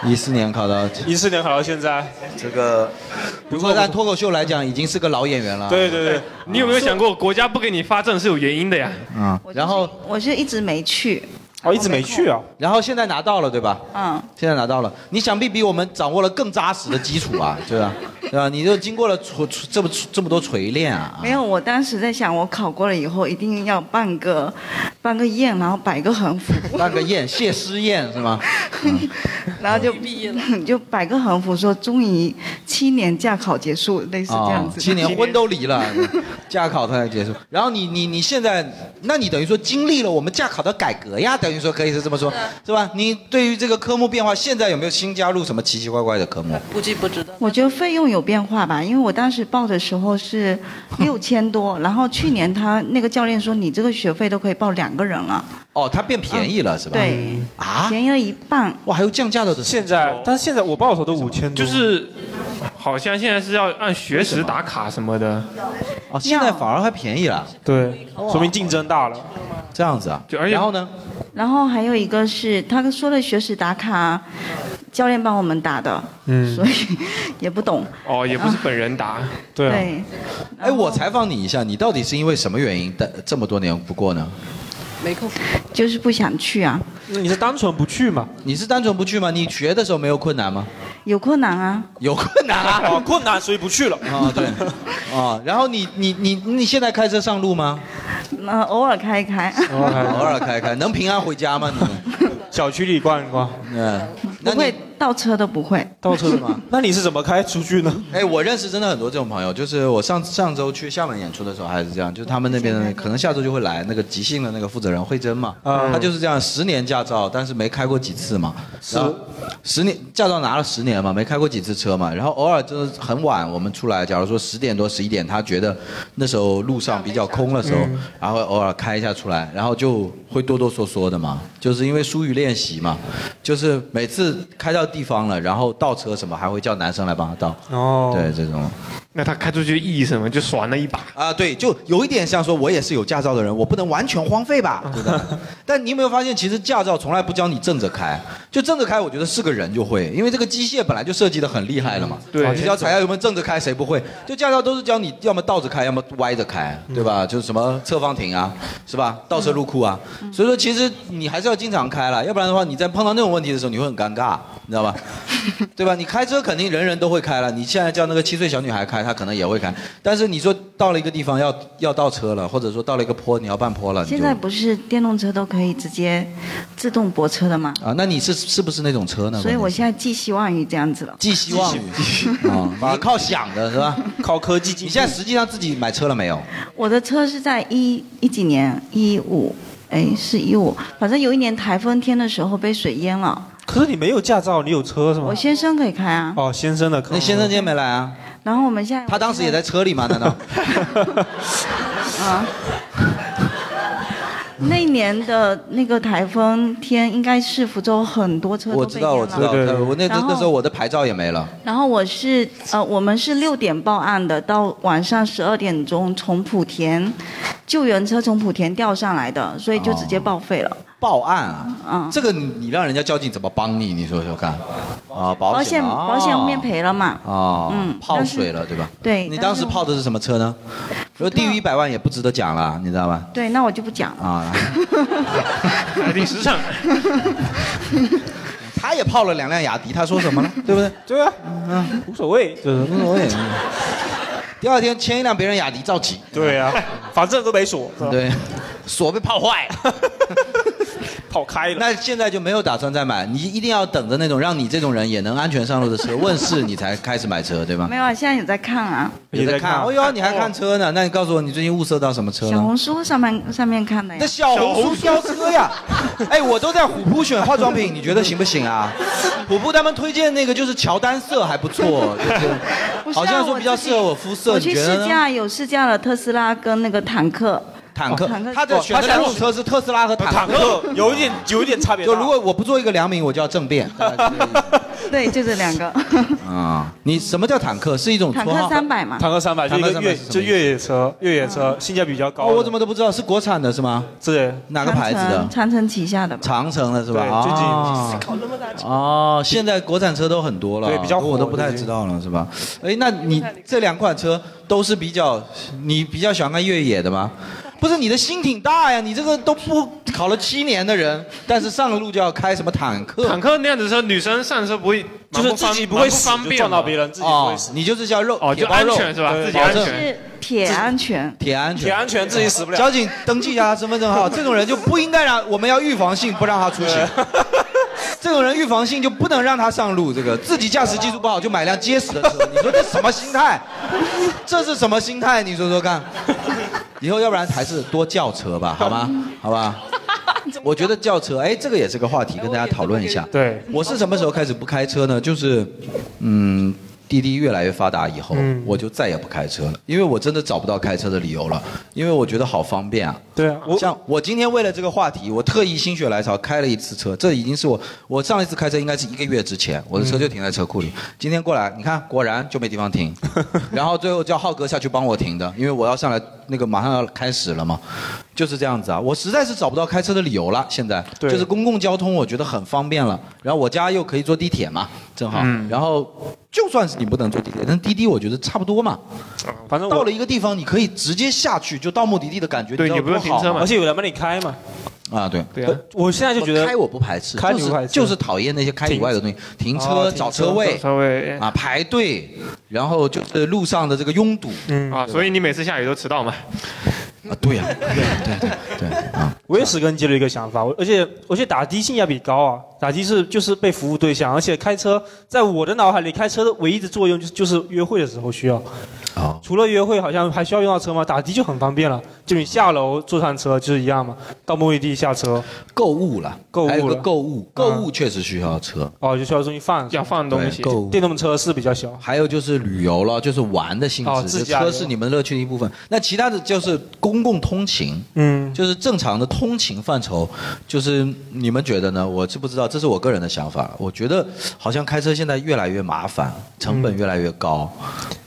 一四年考到，一四年考到现在，这个如果按脱口秀来讲，已经是个老演员了。对对对，你有没有想过国家不给你发证是有原因的呀？啊，然后我是一直没去。哦我一直没去啊，然后现在拿到了对吧？嗯， 现在拿到了，你想必比我们掌握了更扎实的基础啊，对吧？对吧？你就经过了锤锤这么这么多锤炼啊，没有，我当时在想，我考过了以后一定要办个办个宴，然后摆个横幅， 办个宴，谢师宴 是吗？然后就毕业了， 就摆个横幅说终于七年驾考结束，类似这样哦子。今年婚都 离了，驾考才结束。然后你你你现在，那你等于说经历了我们驾考的改革呀，等于说可以是这么说，啊是吧？你对于这个科目变化，现在有没有新加入什么奇奇怪怪的科目？估计不知道。我觉得费用有变化吧，因为我当时报的时候是六千多，然后去年他那个教练说你这个学费都可以报两个人了，哦，它变便宜了、是吧？啊对，便宜了一半。哇，还有降价的。现在，但是现在我报的时候都五千多。就是好像现在是要按学时打卡什么的，哦，现在反而还便宜了，对，说明竞争大了。这样子啊，就而且然后呢？然后还有一个是他说的学时打卡，教练帮我们打的，嗯所以也不懂。哦，也不是本人答，啊啊对啊对，哎，我采访你一下，你到底是因为什么原因，但这么多年不过呢？没空，就是不想去啊，那你是单纯不去吗？你是单纯不去吗？你学的时候没有困难吗？有困难啊。有困难 啊，哦困难所以不去了。 啊、对，啊、然后你你你你现在开车上路吗？那呃偶尔开一开。偶尔开开，能平安回家吗？你们哦 小区里逛一逛。嗯， 不会倒车都不会。倒车的吗？ 那你是怎么开出去呢？ 哎，我认识真的很多这种朋友，就是我上上周去厦门演出的时候还是这样，就是他们那边的可能下周就会来那个即兴的那个负责人慧珍嘛，嗯他就是这样，十年驾照，但是没开过几次嘛，是然后十年驾照拿了十年嘛，没开过几次车嘛，然后偶尔就是很晚我们出来，假如说十点多十一点，他觉得那时候路上比较空的时候，嗯然后偶尔开一下出来，然后就会哆哆嗦嗦的嘛，就是因为疏于练习嘛，就是每次开到地方了，然后倒车什么还会叫男生来帮他倒。哦，对这种那他开出去意义什么？就爽了一把。啊，对，就有一点像说，我也是有驾照的人，我不能完全荒废吧， 对吧？但你有没有发现，其实驾照从来不教你正着开，就正着开，我觉得是个人就会，因为这个机械本来就设计的很厉害了嘛。嗯啊对你只要踩下油门正着开，谁不会？就驾照都是教你要么倒着开，要么歪着开，嗯对吧？就是什么侧方停啊，是吧？倒车入库啊。嗯所以说，其实你还是要经常开了，要不然的话，你在碰到那种问题的时候，你会很尴尬，你 知道吧？对吧？你开车肯定人人都会开了，你现在叫那个七岁小女孩开，她可能也会开。但是你说到了一个地方要要倒车了，或者说到了一个坡你要半坡了，你 现就在不是电动车都可以直接自动泊车的吗？啊，那你是是不是那种车呢？所以我现在寄希望于这样子了。寄希望于 啊，你靠想的是吧？靠科技。你现在实际上自己买车了没有？我的车是在一一几年一五，哎，是一五，反正有一年台风天的时候被水淹了。可是你没有驾照，你有车是吗我？先生可以开啊，哦，先生的。那先生今天没来啊？然后我们现在他当时也在车里吗？ 难道？啊，那一年的那个台风天，应该是福州很多车都被我知道，淹我了知道，我那那然后那时候我的牌照也没了。然后我是呃，我们是六点报案的，到晚上十二点钟从莆田救援车从莆田调上来的，所以就直接报废了。报案啊，嗯这个你你让人家交警怎么帮你？你说说看，啊，保保险啊保险后面赔了嘛？哦，嗯泡但是水了对吧？对你但当是时泡的是什么车呢？如果低于一百万也不值得讲了，你知道吧？啊对，那我就不讲了。 啊，挺时尚。 他也泡了两辆雅迪，他说什么了？对不对？对啊，嗯，无所谓，就是无所谓。第二天签一辆别人雅迪造起。对啊，反正都没锁。是吧对，锁被泡坏， 泡开了。那现在就没有打算再买，你一定要等着那种让你这种人也能安全上路的车问世，你才开始买车，对吧没？有啊，现在有在看啊，也在看，哦哟，你还看车呢？那你告诉我，你最近物色到什么车小了？红书上面上面看的呀。那小红书飙车呀！哎，我都在虎扑选化妆品，你觉得行不行啊？ 虎扑他们推荐那个就是乔丹色还不错，就是 不是啊好像说比较适合我肤色，我你去觉得试呢？驾有试驾了特斯拉跟那个坦克。坦克哦坦克，他的选的两种车是特斯拉和坦克，有一点有一点差别大就如果我不做一个良民，我就要政变。对，就这两个。啊， 你什么叫坦克？是一种啊坦绰克号三百嘛。坦克三百就一坦个克300越是什么就意思越野车，越野车性价比比较高哦，的。我怎么都不知道是国产的是吗？是哪个牌子的长城？长城旗下的吧。长城的是吧？对最近啊考那么大哦，现在国产车都很多了，对比较火我都不太知道了，是吧？哎，那你这两款车都是比较，你比较喜欢看越野的吗？不是你的心挺大呀，你这个都不考了七年的人，但是上路就要开什么坦克？坦克那样子的车，女生上车不会，就是蛮方自己不会蛮死方便就撞到嘛别人自己不会死哦你就是叫肉哦，铁就包安肉全是吧？对自己安保证全。铁安全，铁安全，铁安全自己死不了交警登记一下他身份证号，这种人就不应该让我们要预防性不让他出行。 这种人预防性就不能让他上路，这个自己驾驶技术不好就买辆结实的车，你说这什么 心态？这是什么心态？你说说看。以后要不然还是多叫车吧，好吗？好吧。 我觉得叫车，哎，这个也是个话题，跟大家讨论一下。对，我是什么时候开始不开车呢？就是，嗯，滴滴越来越发达以后，嗯我就再也不开车了，因为我真的找不到开车的理由了，因为我觉得好方便啊。对啊，像我今天为了这个话题，我特意心血来潮开了一次车，这已经是我我上一次开车应该是一个月之前，我的车就停在车库嗯里。今天过来，你看果然就没地 方停，然后最后叫浩哥下去帮我停的，因为我要上来那个马上要开始了嘛，就是这样子啊。我实在是找不到开车的理由了，现在对就是公共交通我觉得很方便了，然后我家又可以坐地铁嘛，正好，嗯然后。就算是你不能坐地铁，但滴滴我觉得差不多嘛。反正到了一个地方，你可以直接下去，就到目的地的感觉。对你知道你不用多好停车嘛吗而且有人帮你开嘛。啊，对，对啊我现在就觉得开我不排斥，开就你是不排斥就是讨厌那些开以外的东西，停车、哦找停车车位、找车位啊，排队，然后就是路上的这个拥堵。嗯啊，所以你每次下雨都迟到嘛？啊，对呀、对对对啊！我也是跟杰伦一个想法，我而且而且打的性价比高啊，打的是就是被服务对象，而且开车在我的脑海里，开车的唯一的作用就是就是约会的时候需要。哦，除了约会，好像还需要用到车吗？打的就很方便了，就你下楼坐上车就是一样嘛，到目的地下车。购物了，购还有物个了，购物，购物确实需要车。哦，就需要东西放，要放东西对购物电动车是比较小。还有就是旅游了，就是玩的性质，哦就自驾车游是你们乐趣的一部分。那其他的就是公共通勤，嗯，就是正常的通勤范畴，就是你们觉得呢？我是不知道，这是我个人的想法。我觉得好像开车现在越来越麻烦，成本越来越高，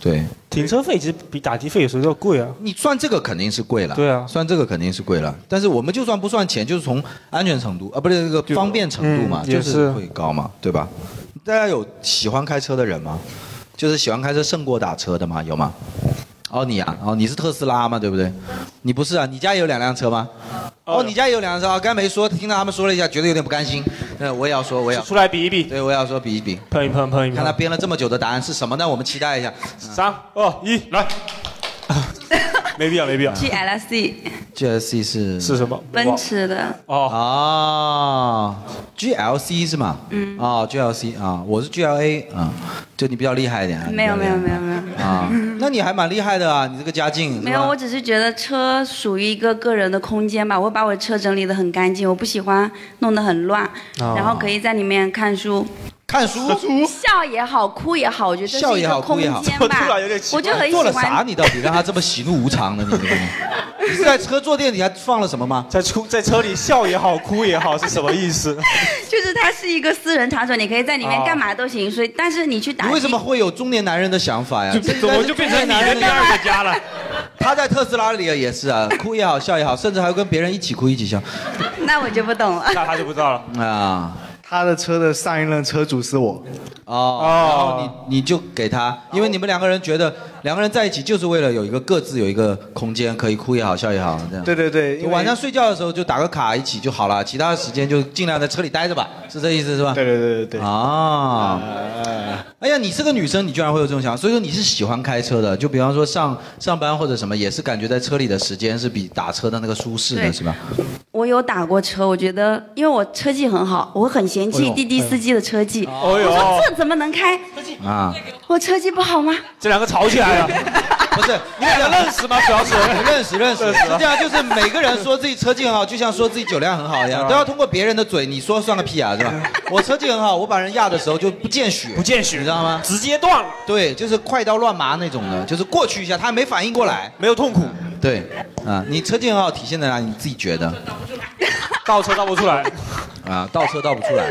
对。嗯停车费其实比打的费有时候要贵啊。你算这个肯定是贵了，对啊，算这个肯定是贵了。但是我们就算不算钱，就是从安全程度啊，不是这个方便程度嘛，嗯就也是是会高嘛，对吧？大家有喜欢开车的人吗？就是喜欢开车胜过打车的吗？有吗？哦，你啊，哦，你是特斯拉嘛，对不对？你不是啊？你家也有两辆车吗？哦，你家也有两辆车啊？刚才没说，听到他们说了一下，觉得有点不甘心。那我也要说，我也要出来比一比。对，我也要说比一比，碰一碰，碰一碰。看他编了这么久的答案是什么呢？我们期待一下。三二一，来。 没必要，没必要。 GLC GLC 是是什么？奔驰的，哦啊，GLC 是吗？嗯啊，GLC 啊，我是 GLA 啊，就你比较厉害一点啊。没有你没比较有厉没有没有害啊，那你还蛮厉害的啊，你这个家境是吧没有，我只是觉得车属于一个个人的空间吧，我会把我的车整理得很干净，我不喜欢弄得很乱，哦然后可以在里面看书。看书，笑也好，哭也好，我觉得这笑是一也个好，空哭也间 好，吧。我就很喜做了啥欢？你到底让他这么喜怒无 常呢？你这 个人，你是在车坐垫底下放了什么吗？在出在车里笑也好，哭也好，是什么意 思？就是它是一个私人场所，你可以在里面哦干嘛都行。所以，但是你去打你击为什么会有中年男人的想法呀？这应该是我就变成你的第二个家了。 他在特斯拉里也是啊，哭也好，笑也好，甚至还会跟别人一起哭一起笑那我就不懂了。那他就不知道了。啊。他的车的上一任车主是我，哦，然后你你就给他，因为你们两个人觉得两个人在一起就是为了有一个各自有一个空间，可以哭也好，笑也好，这样。对对对，因为晚上睡觉的时候就打个卡一起就好了，其他时间就尽量在车里待着吧，是这意思是吧？对对对对对。啊，哎呀，你是个女生，你居然会有这种想法，所以说你是喜欢开车的，就比方说上上班或者什么，也是感觉在车里的时间是比打车的那个舒适的，对是吧？我有打过车，我觉得因为我车技很好，我很嫌哎弃呦滴滴司机的车技。哎呦我说这怎么能开？啊，我车技不好吗？这两个吵起来了。 不是， 你俩认识吗？主 要是认识认识，认识是这样，就是每个人说自己车技很好，就像说自己酒量很好啊一样，都要通过别人的嘴，你说算个屁啊，是吧？我车技很好，我把人压的时候就不见血，不见血，你知道吗？直接断了。对，就是快刀乱麻那种的，就是过去一下，他还没反应过来，没有痛苦。对，啊，你车技很好体现在哪里？你自己觉得？倒车倒不出来。嗯啊、 啊，倒车倒不出来。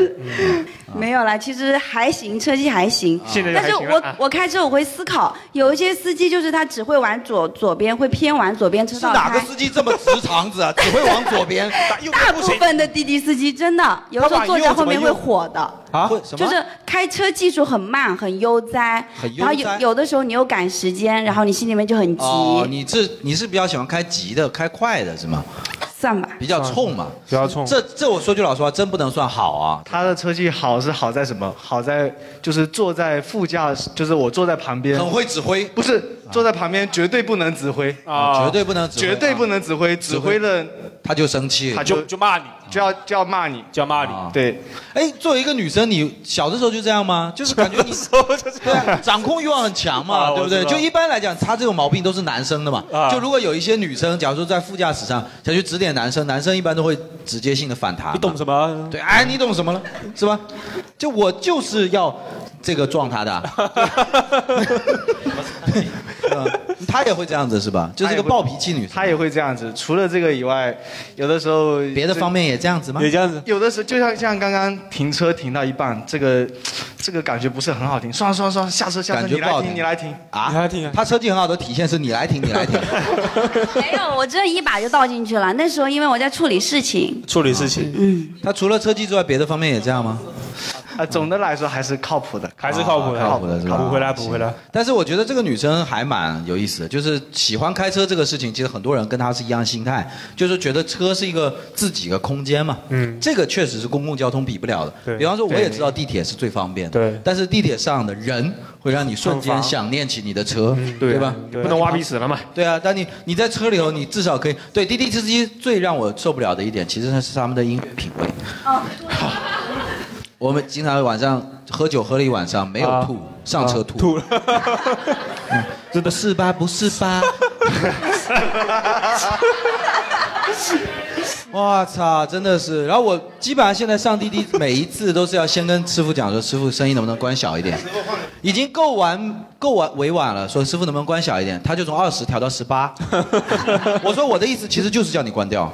没有啦，其实还行，车技还行。现在就但还是行了我啊啊我开车我会思考，有一些司机就是他只会往左左边，会偏往左边车是道哪个开。司机这么直肠子啊？只会往左边，打右大部分的滴滴司机真的有时候坐在后面会火的，啊？会什么？就是开车技术很慢，很悠哉，很悠然后哉有有的时候你又赶时间，然后你心里面就很急，哦，你这你是比较喜欢开急的，开快的是吗？算吧。比较冲嘛，比较冲。这这我说句老实话，真不能算好啊。他的车技好是好在什么？好在就是坐在副驾，就是我坐在旁边，很会指挥。不是坐在旁边绝对不能指挥啊绝对不能指挥绝对不能指挥，指挥了他就生气，他就就骂你，就要就要骂你，就要骂你。对，哎，作为一个女生，你小的时候就这样吗？就是感觉你对啊，掌控欲望很强嘛，啊对不我对？知道就一般来讲，他这种毛病都是男生的嘛。啊就如果有一些女生，假如说在副驾驶上想去指点男生，男生一般都会直接性的反弹。你懂什么？对，哎，你懂什么了？是吧？就我就是要这个撞他的啊。 嗯他也会这样子是吧？就是一个暴脾气女生。她也会这样子。除了这个以外，有的时候别的方面也这样子吗也这样子。有的时候就像像刚刚停车停到一半，这个这个感觉不是很好停，算了算了算了，下车下车，感觉你不来好停停你来停啊，你来听。他车技很好的体现是你来停，你来停。 没有，我真的一把就倒进去了。那时候因为我在处理事情， 处理事情。嗯，他除了车技之外，别的方面也这样吗？啊，总的来说还是靠谱的，还是靠谱的，啊靠谱的是吧？补回来，补回来行。。但是我觉得这个女生还蛮有意思的，就是喜欢开车这个事情，其实很多人跟她是一样心态，就是觉得车是一个自己的空间嘛。嗯，这个确实是公共交通比不了的。对比方说，我也对知道地铁是最方便的，对但是地铁上的人会让你瞬间很烦想念起你的车，嗯对吧？不能挖鼻屎了嘛。对啊，但你你在车里头，你至少可以对滴滴司机最让我受不了的一点，其实是他们的音乐品味。哦，我们经常晚上喝酒喝了一晚上，没有啊吐，上车吐，吐了，这不是吧？不是吧？我操，真的是。然后我基本上现在上滴滴，每一次都是要先跟师傅讲说，师傅声音能不能关小一点？已经够完够完委婉了，说师傅能不能关小一点？他就从二十调到 十八。我说我的意思其实就是叫你关掉，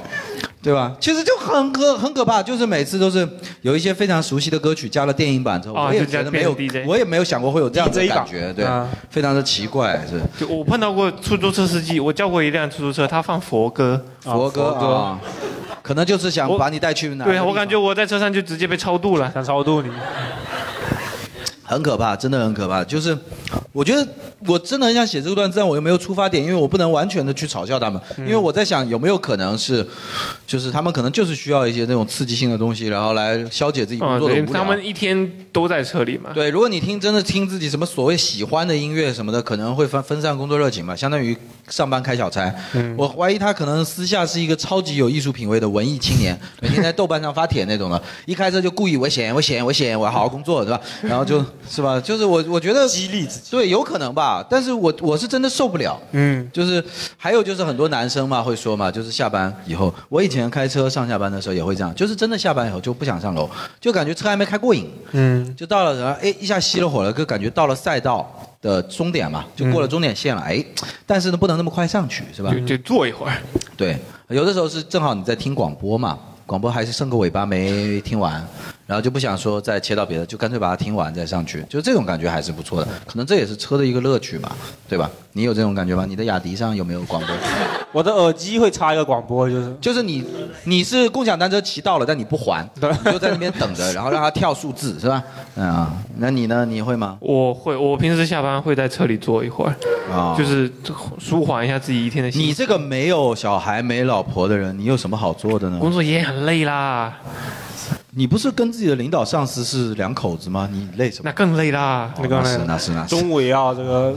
对吧？其实就很可很可怕，就是每次都是有一些非常熟悉的歌曲加了电影版之后，哦我也就加觉得没有变成，DJ 我也没有想过会有这样的 DJ 感版觉，对啊，非常的奇怪，是就我碰到过出租车司机，我叫过一辆出租车，他放佛歌，佛歌哦佛歌啊，可能就是想把你带去哪个对啊地我方感觉我在车上就直接被超度了，想超度你。很可怕，真的很可怕。就是，我觉得我真的很想写这个段子，但我又没有出发点，因为我不能完全的去嘲笑他们，嗯因为我在想有没有可能是，就是他们可能就是需要一些那种刺激性的东西，然后来消解自己工嗯，作的对，无聊。他们一天都在车里嘛。对，如果你听真的听自己什么所谓喜欢的音乐什么的，可能会分分散工作热情嘛，相当于上班开小差。嗯我怀疑他可能私下是一个超级有艺术品味的文艺青 年，每天在豆瓣上发帖那种的，一开车就故意危险危险危险，我要好好工作， 对吧？然后就是吧，就是我我觉得激励自己，对，有可能吧，但是我我是真的受不了。嗯，就是还有就是很多男生嘛会说嘛，就是下班以后，我以前开车上下班的时候也会这样，就是真的下班以后就不想上楼，就感觉车还没开过瘾， 嗯，就到了然后哎一下熄了火了，就感觉到了赛道的终点嘛，就过了终点线了，哎，但是呢不能那么快上去是吧？就就坐一会儿。 对，有的时候是正好你在听广播嘛，广播还是剩个尾巴没听完，然后就不想说再切到别的，就干脆把它听完再上去，就这种感觉还是不错的，可能这也是车的一个乐趣吧，对吧？你有这种感觉吗？你的雅迪上有没有 广播？我的耳机会插一个广播，就是就是你你是共享单车骑到了，但你不还，你就在那边等着，然后让它跳数字是吧？嗯啊，那你呢？你会吗？我会，我平时下班会在车里坐一会儿，啊就是舒缓一下自己一天的心情。你这个没有小孩、没老婆的人，你有什么好做的呢？工作也很累啦，你不是跟自己的领导、上司是两口子吗？你累什么？那更累啦。哦那个是那是那是中午也要这个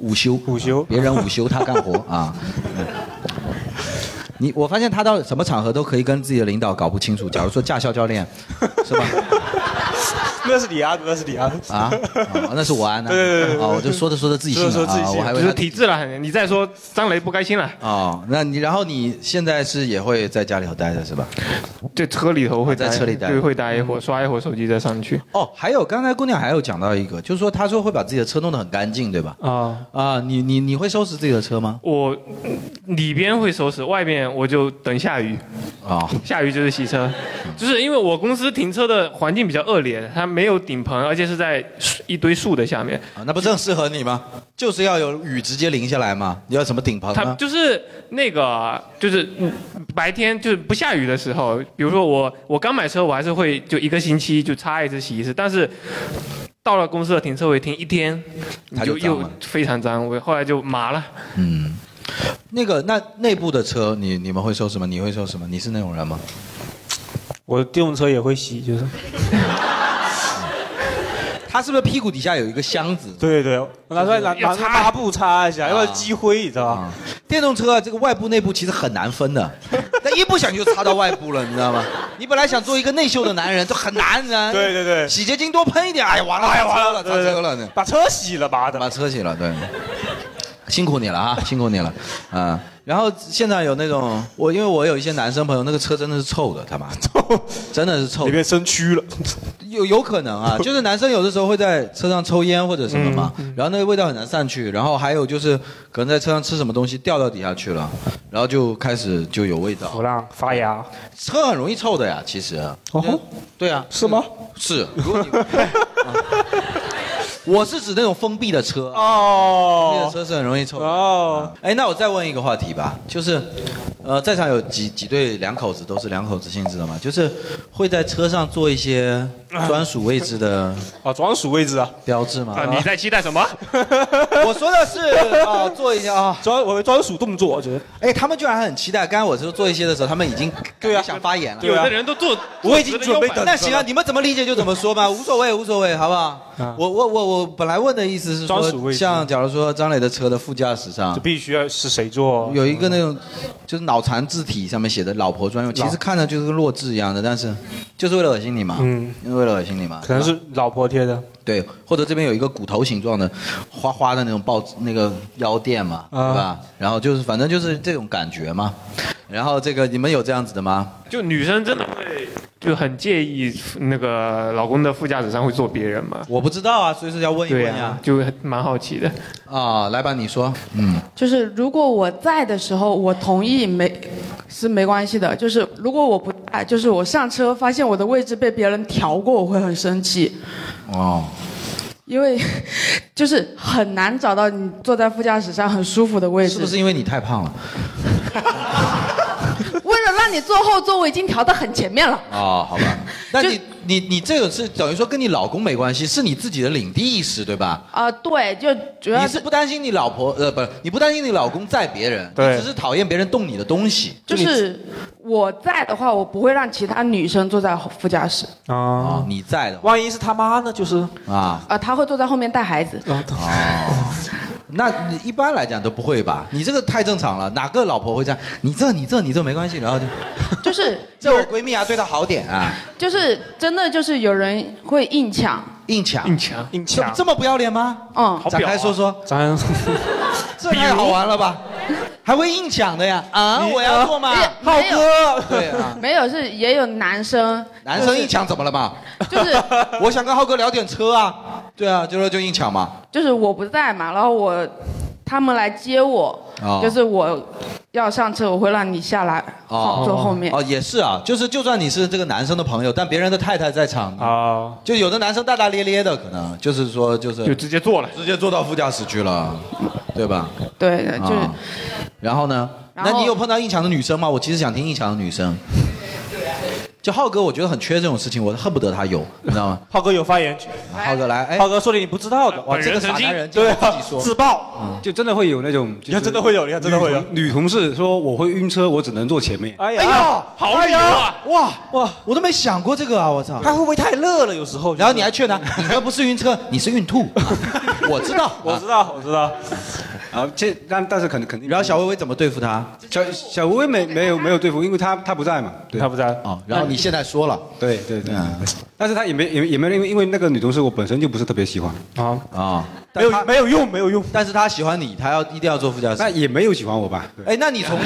午休，啊午休，别人午休他干活啊。 嗯你我发现他到什么场合都可以跟自己的领导搞不清楚。假如说驾校教练那是你啊，那是你啊。啊，啊那是我 安呢。对对对对对啊，我就说着说着自己信说说了自己啊，信我还以为就是他体制了。你再说张雷不开心了，哦，那你然后你现在是也会在家里头待着是吧？啊在车里头会在车里待嗯对，会待一会儿，刷一会儿手机再上去。哦，还有刚才姑娘还有讲到一个，就是说她说会把自己的车弄得很干净，对吧？啊啊，你你你会收拾自己的车吗？我里边会收拾，外面我就等下雨。啊，下雨就是洗车，嗯就是因为我公司停车的环境比较恶劣，它没有顶棚，而且是在树一堆树的下面。啊那不正适合你吗？就是要有雨直接淋下来嘛，你要什么顶棚它呢？就是那个，就是嗯白天就是不下雨的时候，比如说我我刚买车，我还是会就一个星期就擦一次洗一次，但是到了公司的停车位停一天，你它就就脏又了非常脏，我后来就麻了。嗯，那个那内部的车，你你们会收拾吗？你会收拾吗？你是那种人吗？我电动车也会洗，就是。他是不是屁股底下有一个箱子？对对，拿出来拿拿要拿擦抹布擦一下，要不然积灰，你知道吧？电动车啊，这个外部内部其实很难分的， 但一不小心就擦到外部了，你知道吗？你本来想做一个内秀的男人，这很难呢。对对对，洗洁精多喷一点，哎呀，完了，哎呀完了，完了擦对对车了呢，把车洗了吧的，把车洗了，对。辛苦你 了啊，辛苦你了，啊、然后现在有那种我，因为我有一些男生朋友，那个车真的是臭的， 他妈的真的是臭的，里面生蛆了，有有可 能啊，就是男生有的时候会在车上抽烟或者什么嘛，嗯然后那个味道很难散去，然后还有就是可能在车上吃什么东西掉到底下去了，然后就开始就有味道，腐烂发芽，车很容易臭的呀，其实，哦，对啊，是吗？是，如果你啊我是指那种封闭的车哦，封闭的车是很容易臭哦。哎，那我再问一个话题吧，就是，呃，在场有几几对两口子都是两口子性质的嘛，就是会在车上做一些专属位 置的啊，专属位置啊标志吗？啊，你在期待什么？ 我说的是啊，做一下啊，专我的专属动作，我觉得。哎，他们居然还很期待。刚才我说做一些的时候，他们已 经对啊想发言了。有的人都做，我已经准坐直了备腰板那行啊，你们怎么理解就怎么说吧，无所谓，无所谓，好不好？我我我我本来问的意思是啊专属说，位置像假如说张磊的车的副驾驶上就，必须要是谁坐？有一个那种就是脑残字体上面写的“老婆专用”，其实看着就是跟弱智一样的，但是就是为了恶心你嘛，嗯，为了恶心你嘛，可能是老婆贴的，对，或者这边有一个骨头形状的花花的那种报纸那个腰垫嘛，对啊吧？然后就是反正就是这种感觉嘛。然后这个你们有这样子的吗？就女生真的会就很介意那个老公的副驾驶上会坐别人吗？啊我不知道啊，所以说要问一问呀就蛮好奇的。啊，来吧，你说，嗯，就是如果我在的时候，我同意没是没关系的。就是如果我不在，就是我上车发现我的位置被别人调过，我会很生气，哦，因为 就是很难找到你坐在副驾驶上很舒服的位置。是不是因为你太胖了？为了让你坐后座，我已经调到很前面了。哦，好 吧，那你你你这个是等于说跟你老公没关系，是你自己的领地意识对吧？啊、对，就主要你是不担心你老婆呃不是你不担心你老公载别人，你对只是讨厌别人动你的东西，就是我在的话，我不会让其他女生坐在副驾驶，啊，你在的万一是他妈呢？就是啊。啊、她会坐在后面带孩子。哦，那你一般来讲都不会吧？你这个太正常了，哪个老婆会这样？你这你这你这没关系，然后就就是 这我闺蜜啊，对她好点啊，就是真的就是有人会硬抢，硬抢硬抢硬这这么不要脸吗？啊嗯，啊展开说说，咱这 太好玩了吧？还会硬抢的呀？啊，你我要做吗？啊浩没有哥，对啊，没有是也有男生，男生硬抢怎么了嘛？就是 我想跟浩哥聊点车啊，对啊，就说就硬抢嘛。就是我不在嘛，然后我他们来接我，哦就是我要上车，我会让你下来，哦，坐后面哦，也是啊，就是就算你是这个男生的朋友，但别人的太太在场啊，就有的男生大大咧咧的，可能就是说就是哦就直接坐了，直接坐到副驾驶去了，对吧？对的，就是、啊然后呢？然后那你有碰到硬抢的女生吗？我其实想听硬抢的女生。就浩哥，我觉得很缺这种事情，我恨不得他有，你知道吗？浩哥有发言权。浩哥来，哎，浩哥说的你不知道的，哇这个傻男人竟对然啊自己，说自爆。就真的会有那种，你看真的会有你看真的会有女同事说我会晕车，我只能坐前面。哎哎呀，好哎理由呀啊！哇哇，我都没想过这个啊！我操，他会不会太热了？有时候，然后你 还劝他，你这不是晕车，你是晕吐。啊 我知道，我知道，我 知道。啊，这但但是肯肯定。然后小薇薇怎么对付他？小小薇薇没没有没有对付，因为她她不在嘛，对她不在哦。然后你现在说了，对对对，嗯但是她也没也也没有因为因为那个女同事我本身就不是特别喜欢啊啊，没有 没有用没有用，但是她喜欢你，她要一定要坐副驾驶，那也没有喜欢我吧？哎，那你 从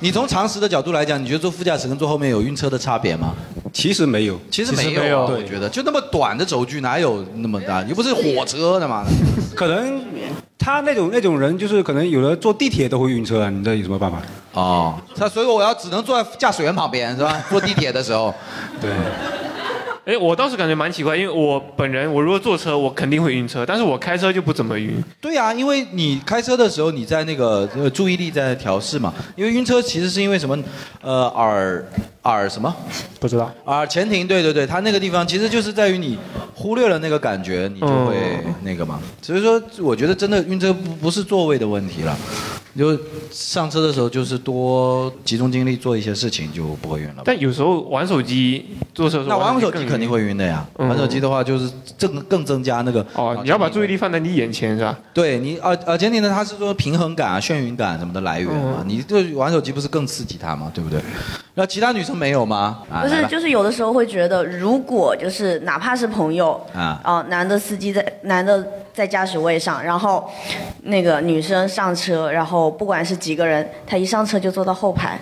你从常识的角度来讲，你觉得坐副驾驶跟坐后面有晕车的差别吗？其实没有，其实其实没有啊，没有我觉得就那么短的轴距，哪有那么大？又不是火车的嘛。可能他那种那种人，就是可能有的坐地铁都会晕车啊，你这有什么办法？哦，他所以我要只能坐在驾驶员旁边 是吧？坐地铁的时候，对，哎，我倒是感觉蛮奇怪，因为我本人我如果坐车，我肯定会晕车，但是我开车就不怎么晕。对呀、因为你开车的时候，你在那个呃注意力在调试嘛。因为晕车其实是因为什么？呃，耳耳什么？不知道。耳前庭，对对对，它那个地方其实就是在于你忽略了那个感觉，你就会那个嘛。所以说，我觉得真的晕车不不是座位的问题了，就上车的时候就是多集中精力做一些事情，就不会晕了。但有时候玩手机，坐车的时那候玩手更机晕肯定会晕的呀，嗯玩手机的话就是更更增加那个哦，你要把注意力放在你眼前是吧？对你耳耳前庭呢，它是说平衡感啊、眩晕感什么的来源嘛，嗯你就玩手机不是更刺激它嘛，对不对？然后其他女生没有吗？啊不来是，吧就是有的时候会觉得，如果就是哪怕是朋友，啊哦、男的司机在男的在驾驶位上，然后那个女生上车，然后不管是几个人，她一上车就坐到后排，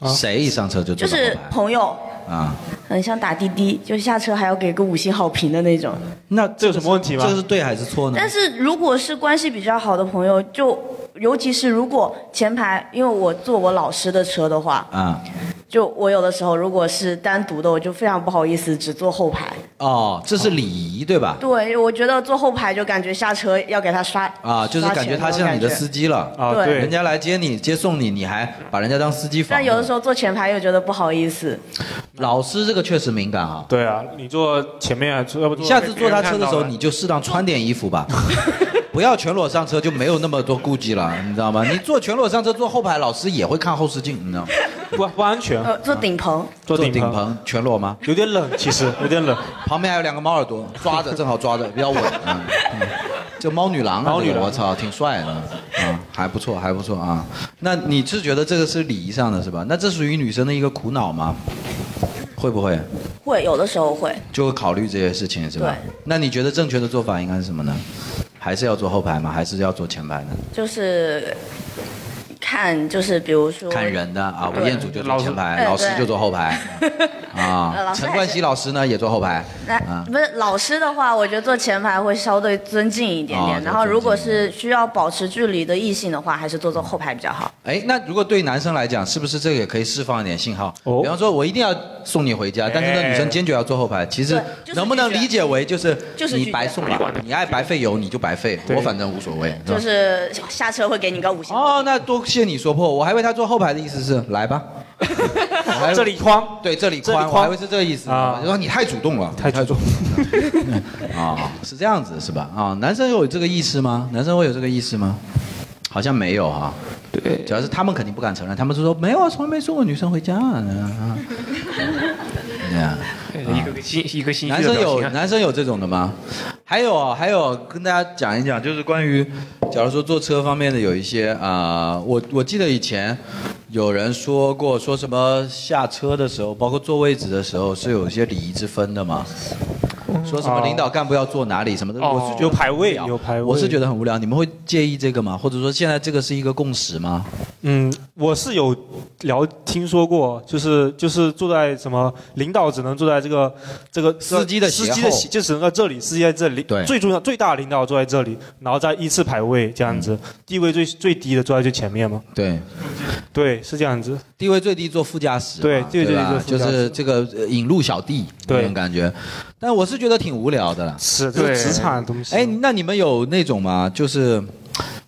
啊谁一上车就就坐到是朋友，啊？很像打滴滴，就下车还要给个五星好评的那种。那这有什么问题吗？这个是对还是错呢？但是如果是关系比较好的朋友，就尤其是如果前排，因为我坐我老师的车的话，啊就我有的时候如果是单独的，我就非常不好意思只坐后排。哦，这是礼仪对吧？对，我觉得坐后排就感觉下车要给他刷啊，就是感觉他像你的司。机了啊对对人家来接你接送你，你还把人家当司机刷钱的那种感觉但烦。有的时候坐前排又觉得不好意思，老师这个确实敏感啊。对啊，你坐前面啊，要不你下次坐他车的时候，你就适当穿点衣服吧， 不要全裸上车就没有那么多顾忌了，你知道吗？你坐全裸上车，坐后排，老师也会看后视镜，你知道吗？不不安啊全呃，坐顶棚。坐顶棚顶棚全裸吗？有点冷，其 实有点冷。旁边还有两个猫耳朵抓着，正好 抓着，比较稳。嗯，嗯这猫女郎啊，猫女郎这个我操，挺帅的，啊，还不错，还不错啊。那你是觉得这个是礼仪上的是吧？那这属于女生的一个苦恼吗？会不会会有的时候会，就会考虑这些事情是吧对？那你觉得正确的做法应该是什么呢？还是要坐后排吗？还是要坐前排呢？就是看就是比如说看人的啊，对吴彦祖就坐前排，对老师就坐后 排呃啊老，师陈还冠是希老师呢也坐后排那、啊。不是老师的话，我觉得坐前排会稍对尊敬一点点。哦然后如果是需要保持距离的异性的话，还是坐坐后排比较好。哎，那如果对男生来讲，是不是这个也可以释放一点信号？比方说，我一定要送你回家，但是呢，哎女生坚决要坐后排。其实就是能不能理解为就是就是拒你绝白送吧，你爱白费油你就白费，我反正无所谓。是吧就是下车会给你个五星。啊哦，那多谢你说破，我还以为他坐后排的意思是来吧， 这里宽，对，这里这里宽，宽我还以为是这个意思啊，就说你太主动了，太主动 啊，是这样子是吧？啊，男生有这个意识吗？男生会有这个意识吗？好像没有哈、对，主要是他们肯定不敢承认，他们就说没有啊，从来没送过女生回家啊。啊对啊一个个心一个心男生有男生有这种的吗？还有啊，还有跟大家讲一讲，就是关于，假如说坐车方面的有一些啊、呃我我记得以前有人说过，说什么下车的时候，包括坐位置的时候是有一些礼仪之分的嘛，说哦什么领导干部要坐哪里什么的，哦我是觉得有排位很无聊有排位啊我是觉得很无聊。你们会介意这个吗？或者说现在这个是一个共识吗？嗯，我是有聊听说过，就是就是坐在什么领导只能坐在这个这个司机的斜司后机的斜就只能在这里，司机在这里。对最重要最大的领导坐在这里，然后再依次排位这样子，地位最最低的坐在最前面嘛。嗯对，对，是这样子。地位最低坐副驾驶嘛，对地位最低吧坐副驾驶就是这个呃引路小弟那种感觉。但我是觉得挺无聊的啦，是这是对职场的东西哎，那你们有那种吗？就是，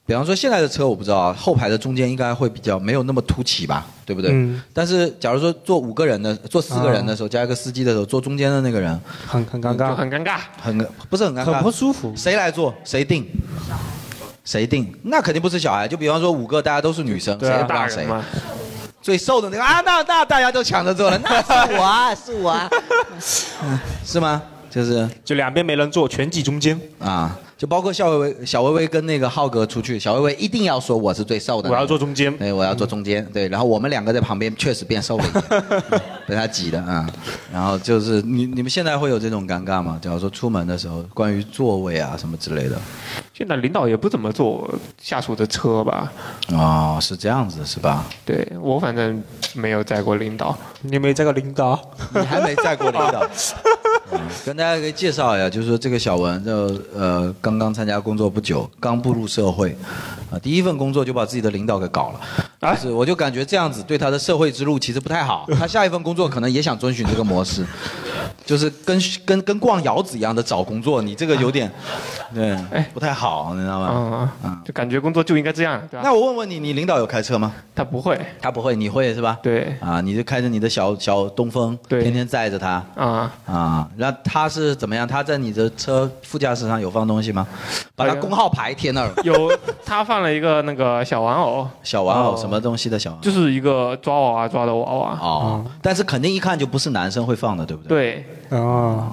比方说现在的车，我不知道后排的中间应该会比较没有那么凸起吧，对不对？嗯但是假如说坐五个人的，坐四个人的时候，加一个司机的时候，坐中间的那个人，很很尴就很尴尬。很不是很尴尬，很不舒服。谁来做？谁定？谁定？那肯定不是小孩。就比方说五个，大家都是女生，谁啊也不让大谁人嘛。最瘦的那个啊，那那大家都抢着做了，那是我啊，是我啊，是吗？就是就两边没人坐，全挤中间啊，就包括小薇薇、小薇薇跟那个浩哥出去，小薇薇一定要说我是最瘦的那个，我要坐中间，对，我要坐中间，对，然后我们两个在旁边确实变瘦了一点，嗯被他挤的啊、然后就是你你们现在会有这种尴尬吗？假如说出门的时候，关于座位啊什么之类的，现在领导也不怎么坐下属的车吧？哦，是这样子是吧？对我反正没有载过领导，你没载过领导， 你还没载过领导，跟大家可以介绍一下，就是说这个小文就呃刚刚参加工作不久，刚步入社会，啊、第一份工作就把自己的领导给搞了，就是我就感觉这样子对他的社会之路其实不太好，他下一份工作可能也想遵循这个模式，就是跟跟跟逛窑子一样的找工作，你这个 有点，对，哎不太好，你知道吗？嗯，就感觉工作就应该这样，对吧？那我问问你，你领导有开车吗？他不会，他不会，你会是吧？对，啊，你就开着你的小小东风，天天载着他，啊啊，那他是怎么样？他在你的车副驾驶上有放东西吗？把他哎呀工号牌贴那儿，有他放了一个那个小玩偶，小玩偶哦什么东西的小玩偶就是一个抓娃娃抓的娃娃。嗯哦，但是肯定一看就不是男生会放的，对不对？对，哦，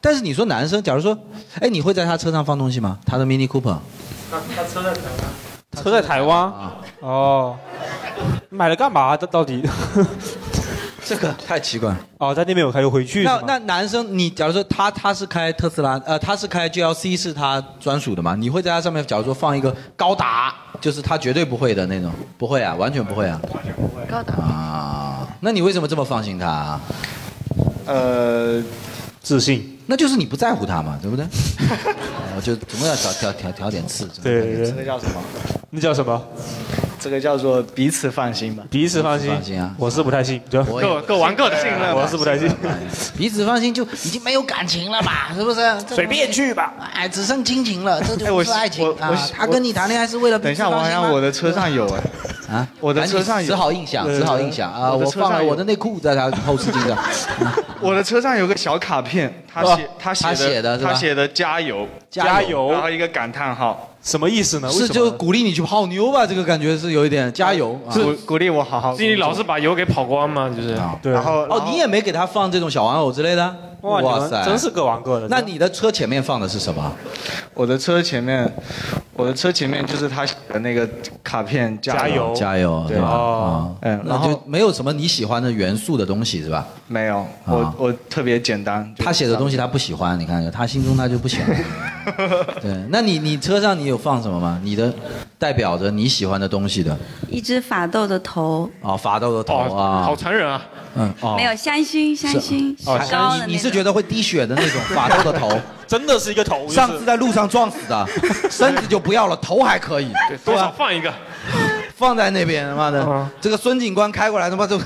但是你说男生，假如说，哎，你会在他车上放东西吗？他的 Mini Cooper 他他车在台湾，车在台湾啊？哦，买了干嘛？到到底？这个太奇怪。哦，在那边有开有回去是那吗？那男生，你假如说他他是开特斯拉，呃，他是开 GLC 是他专属的嘛？你会在他上面，假如说放一个高达，就是他绝对不会的那种，不会啊，完全不会啊。完哦全不会。高达啊，那你为什么这么放心他、啊？呃，自 信。那哦就是你不在乎他嘛，对不对？我就总要调调调调点刺。对对对这个叫什么？那叫什么？这个叫做彼此放心吧。彼此放彼心，此放心啊我是不太信，就我也各各玩各的我是不太信。彼此放心就已经没有感情了 嘛，是不是？随便去吧，哎，只剩亲情了，这就哎不我是爱情我啊我！他跟你谈恋爱是为了等一下，彼我此放好心吗像我的车上有哎。啊， 我的赶紧车上有只好印象，对只好印象啊！我我的车上放了有我的内裤在他后视镜上， 我的车上有个小卡片，他哦写他他写写的的是吧他写的加油啊加油然后一个感叹号，什么意思呢是就鼓励你去泡妞吧？这个感觉是有一点加油啊！是鼓励我好啊好自己老是把油给跑光嘛，就是。对。然后哦，你也没给他放这种小玩偶之类的？哇你们真是各玩各的那你的车前面放的是什么？我的车前面，我的车前面就是他写的那个卡片加油加油，对吧？哦哦，嗯然那后就没有什么你喜欢的元素的东西是吧？没有，啊我我特别简单。就他写的东西他不喜欢，你看他心中他就不喜欢。对，那你你车上你有放什么吗？你的代表着你喜欢的东西的一只法斗的头，啊，法斗的头啊，好残忍啊！嗯，哦没有香薰，香薰哦很高的你那你是种。觉得会滴血的那种法斗的头，真的是一个头上次在路上撞死的，身子就不要了，头还可以，对多吧少放一个，放在那边，他妈的，这个孙警官开过来，他妈就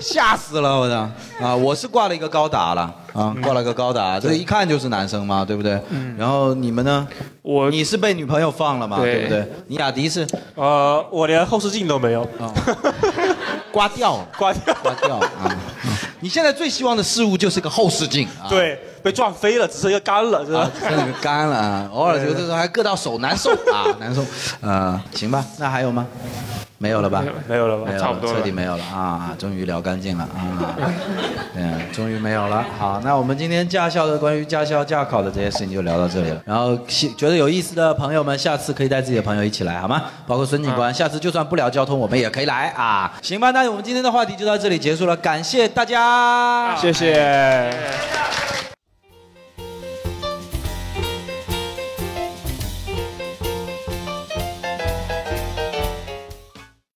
吓死了，我的啊！我是挂了一个高达了啊，挂了个高达，这一看就是男生嘛，对不对？然后你们呢？我你是被女朋友放了嘛，对对不对？你雅迪是呃，我连后视镜都没有，刮掉了，刮掉，刮掉了啊！你现在最希望的事物就是个后视镜啊，对，被撞飞了，只是一个杆了，是吧啊，？这个干了啊，偶尔有的时候还硌到手，难受啊，难受。呃，行吧，那还有吗？没有了吧？没有了吧没有差不多了彻底没有了啊！终于聊干净了啊！嗯，终于没有了。好，那我们今天驾校的关于驾校驾考的这些事情就聊到这里了。然后希觉得有意思的朋友们，下次可以带自己的朋友一起来，好吗？包括孙警官，下次就算不聊交通，我们也可以来啊！行吧，那我们今天的话题就到这里结束了，感谢大家，谢谢。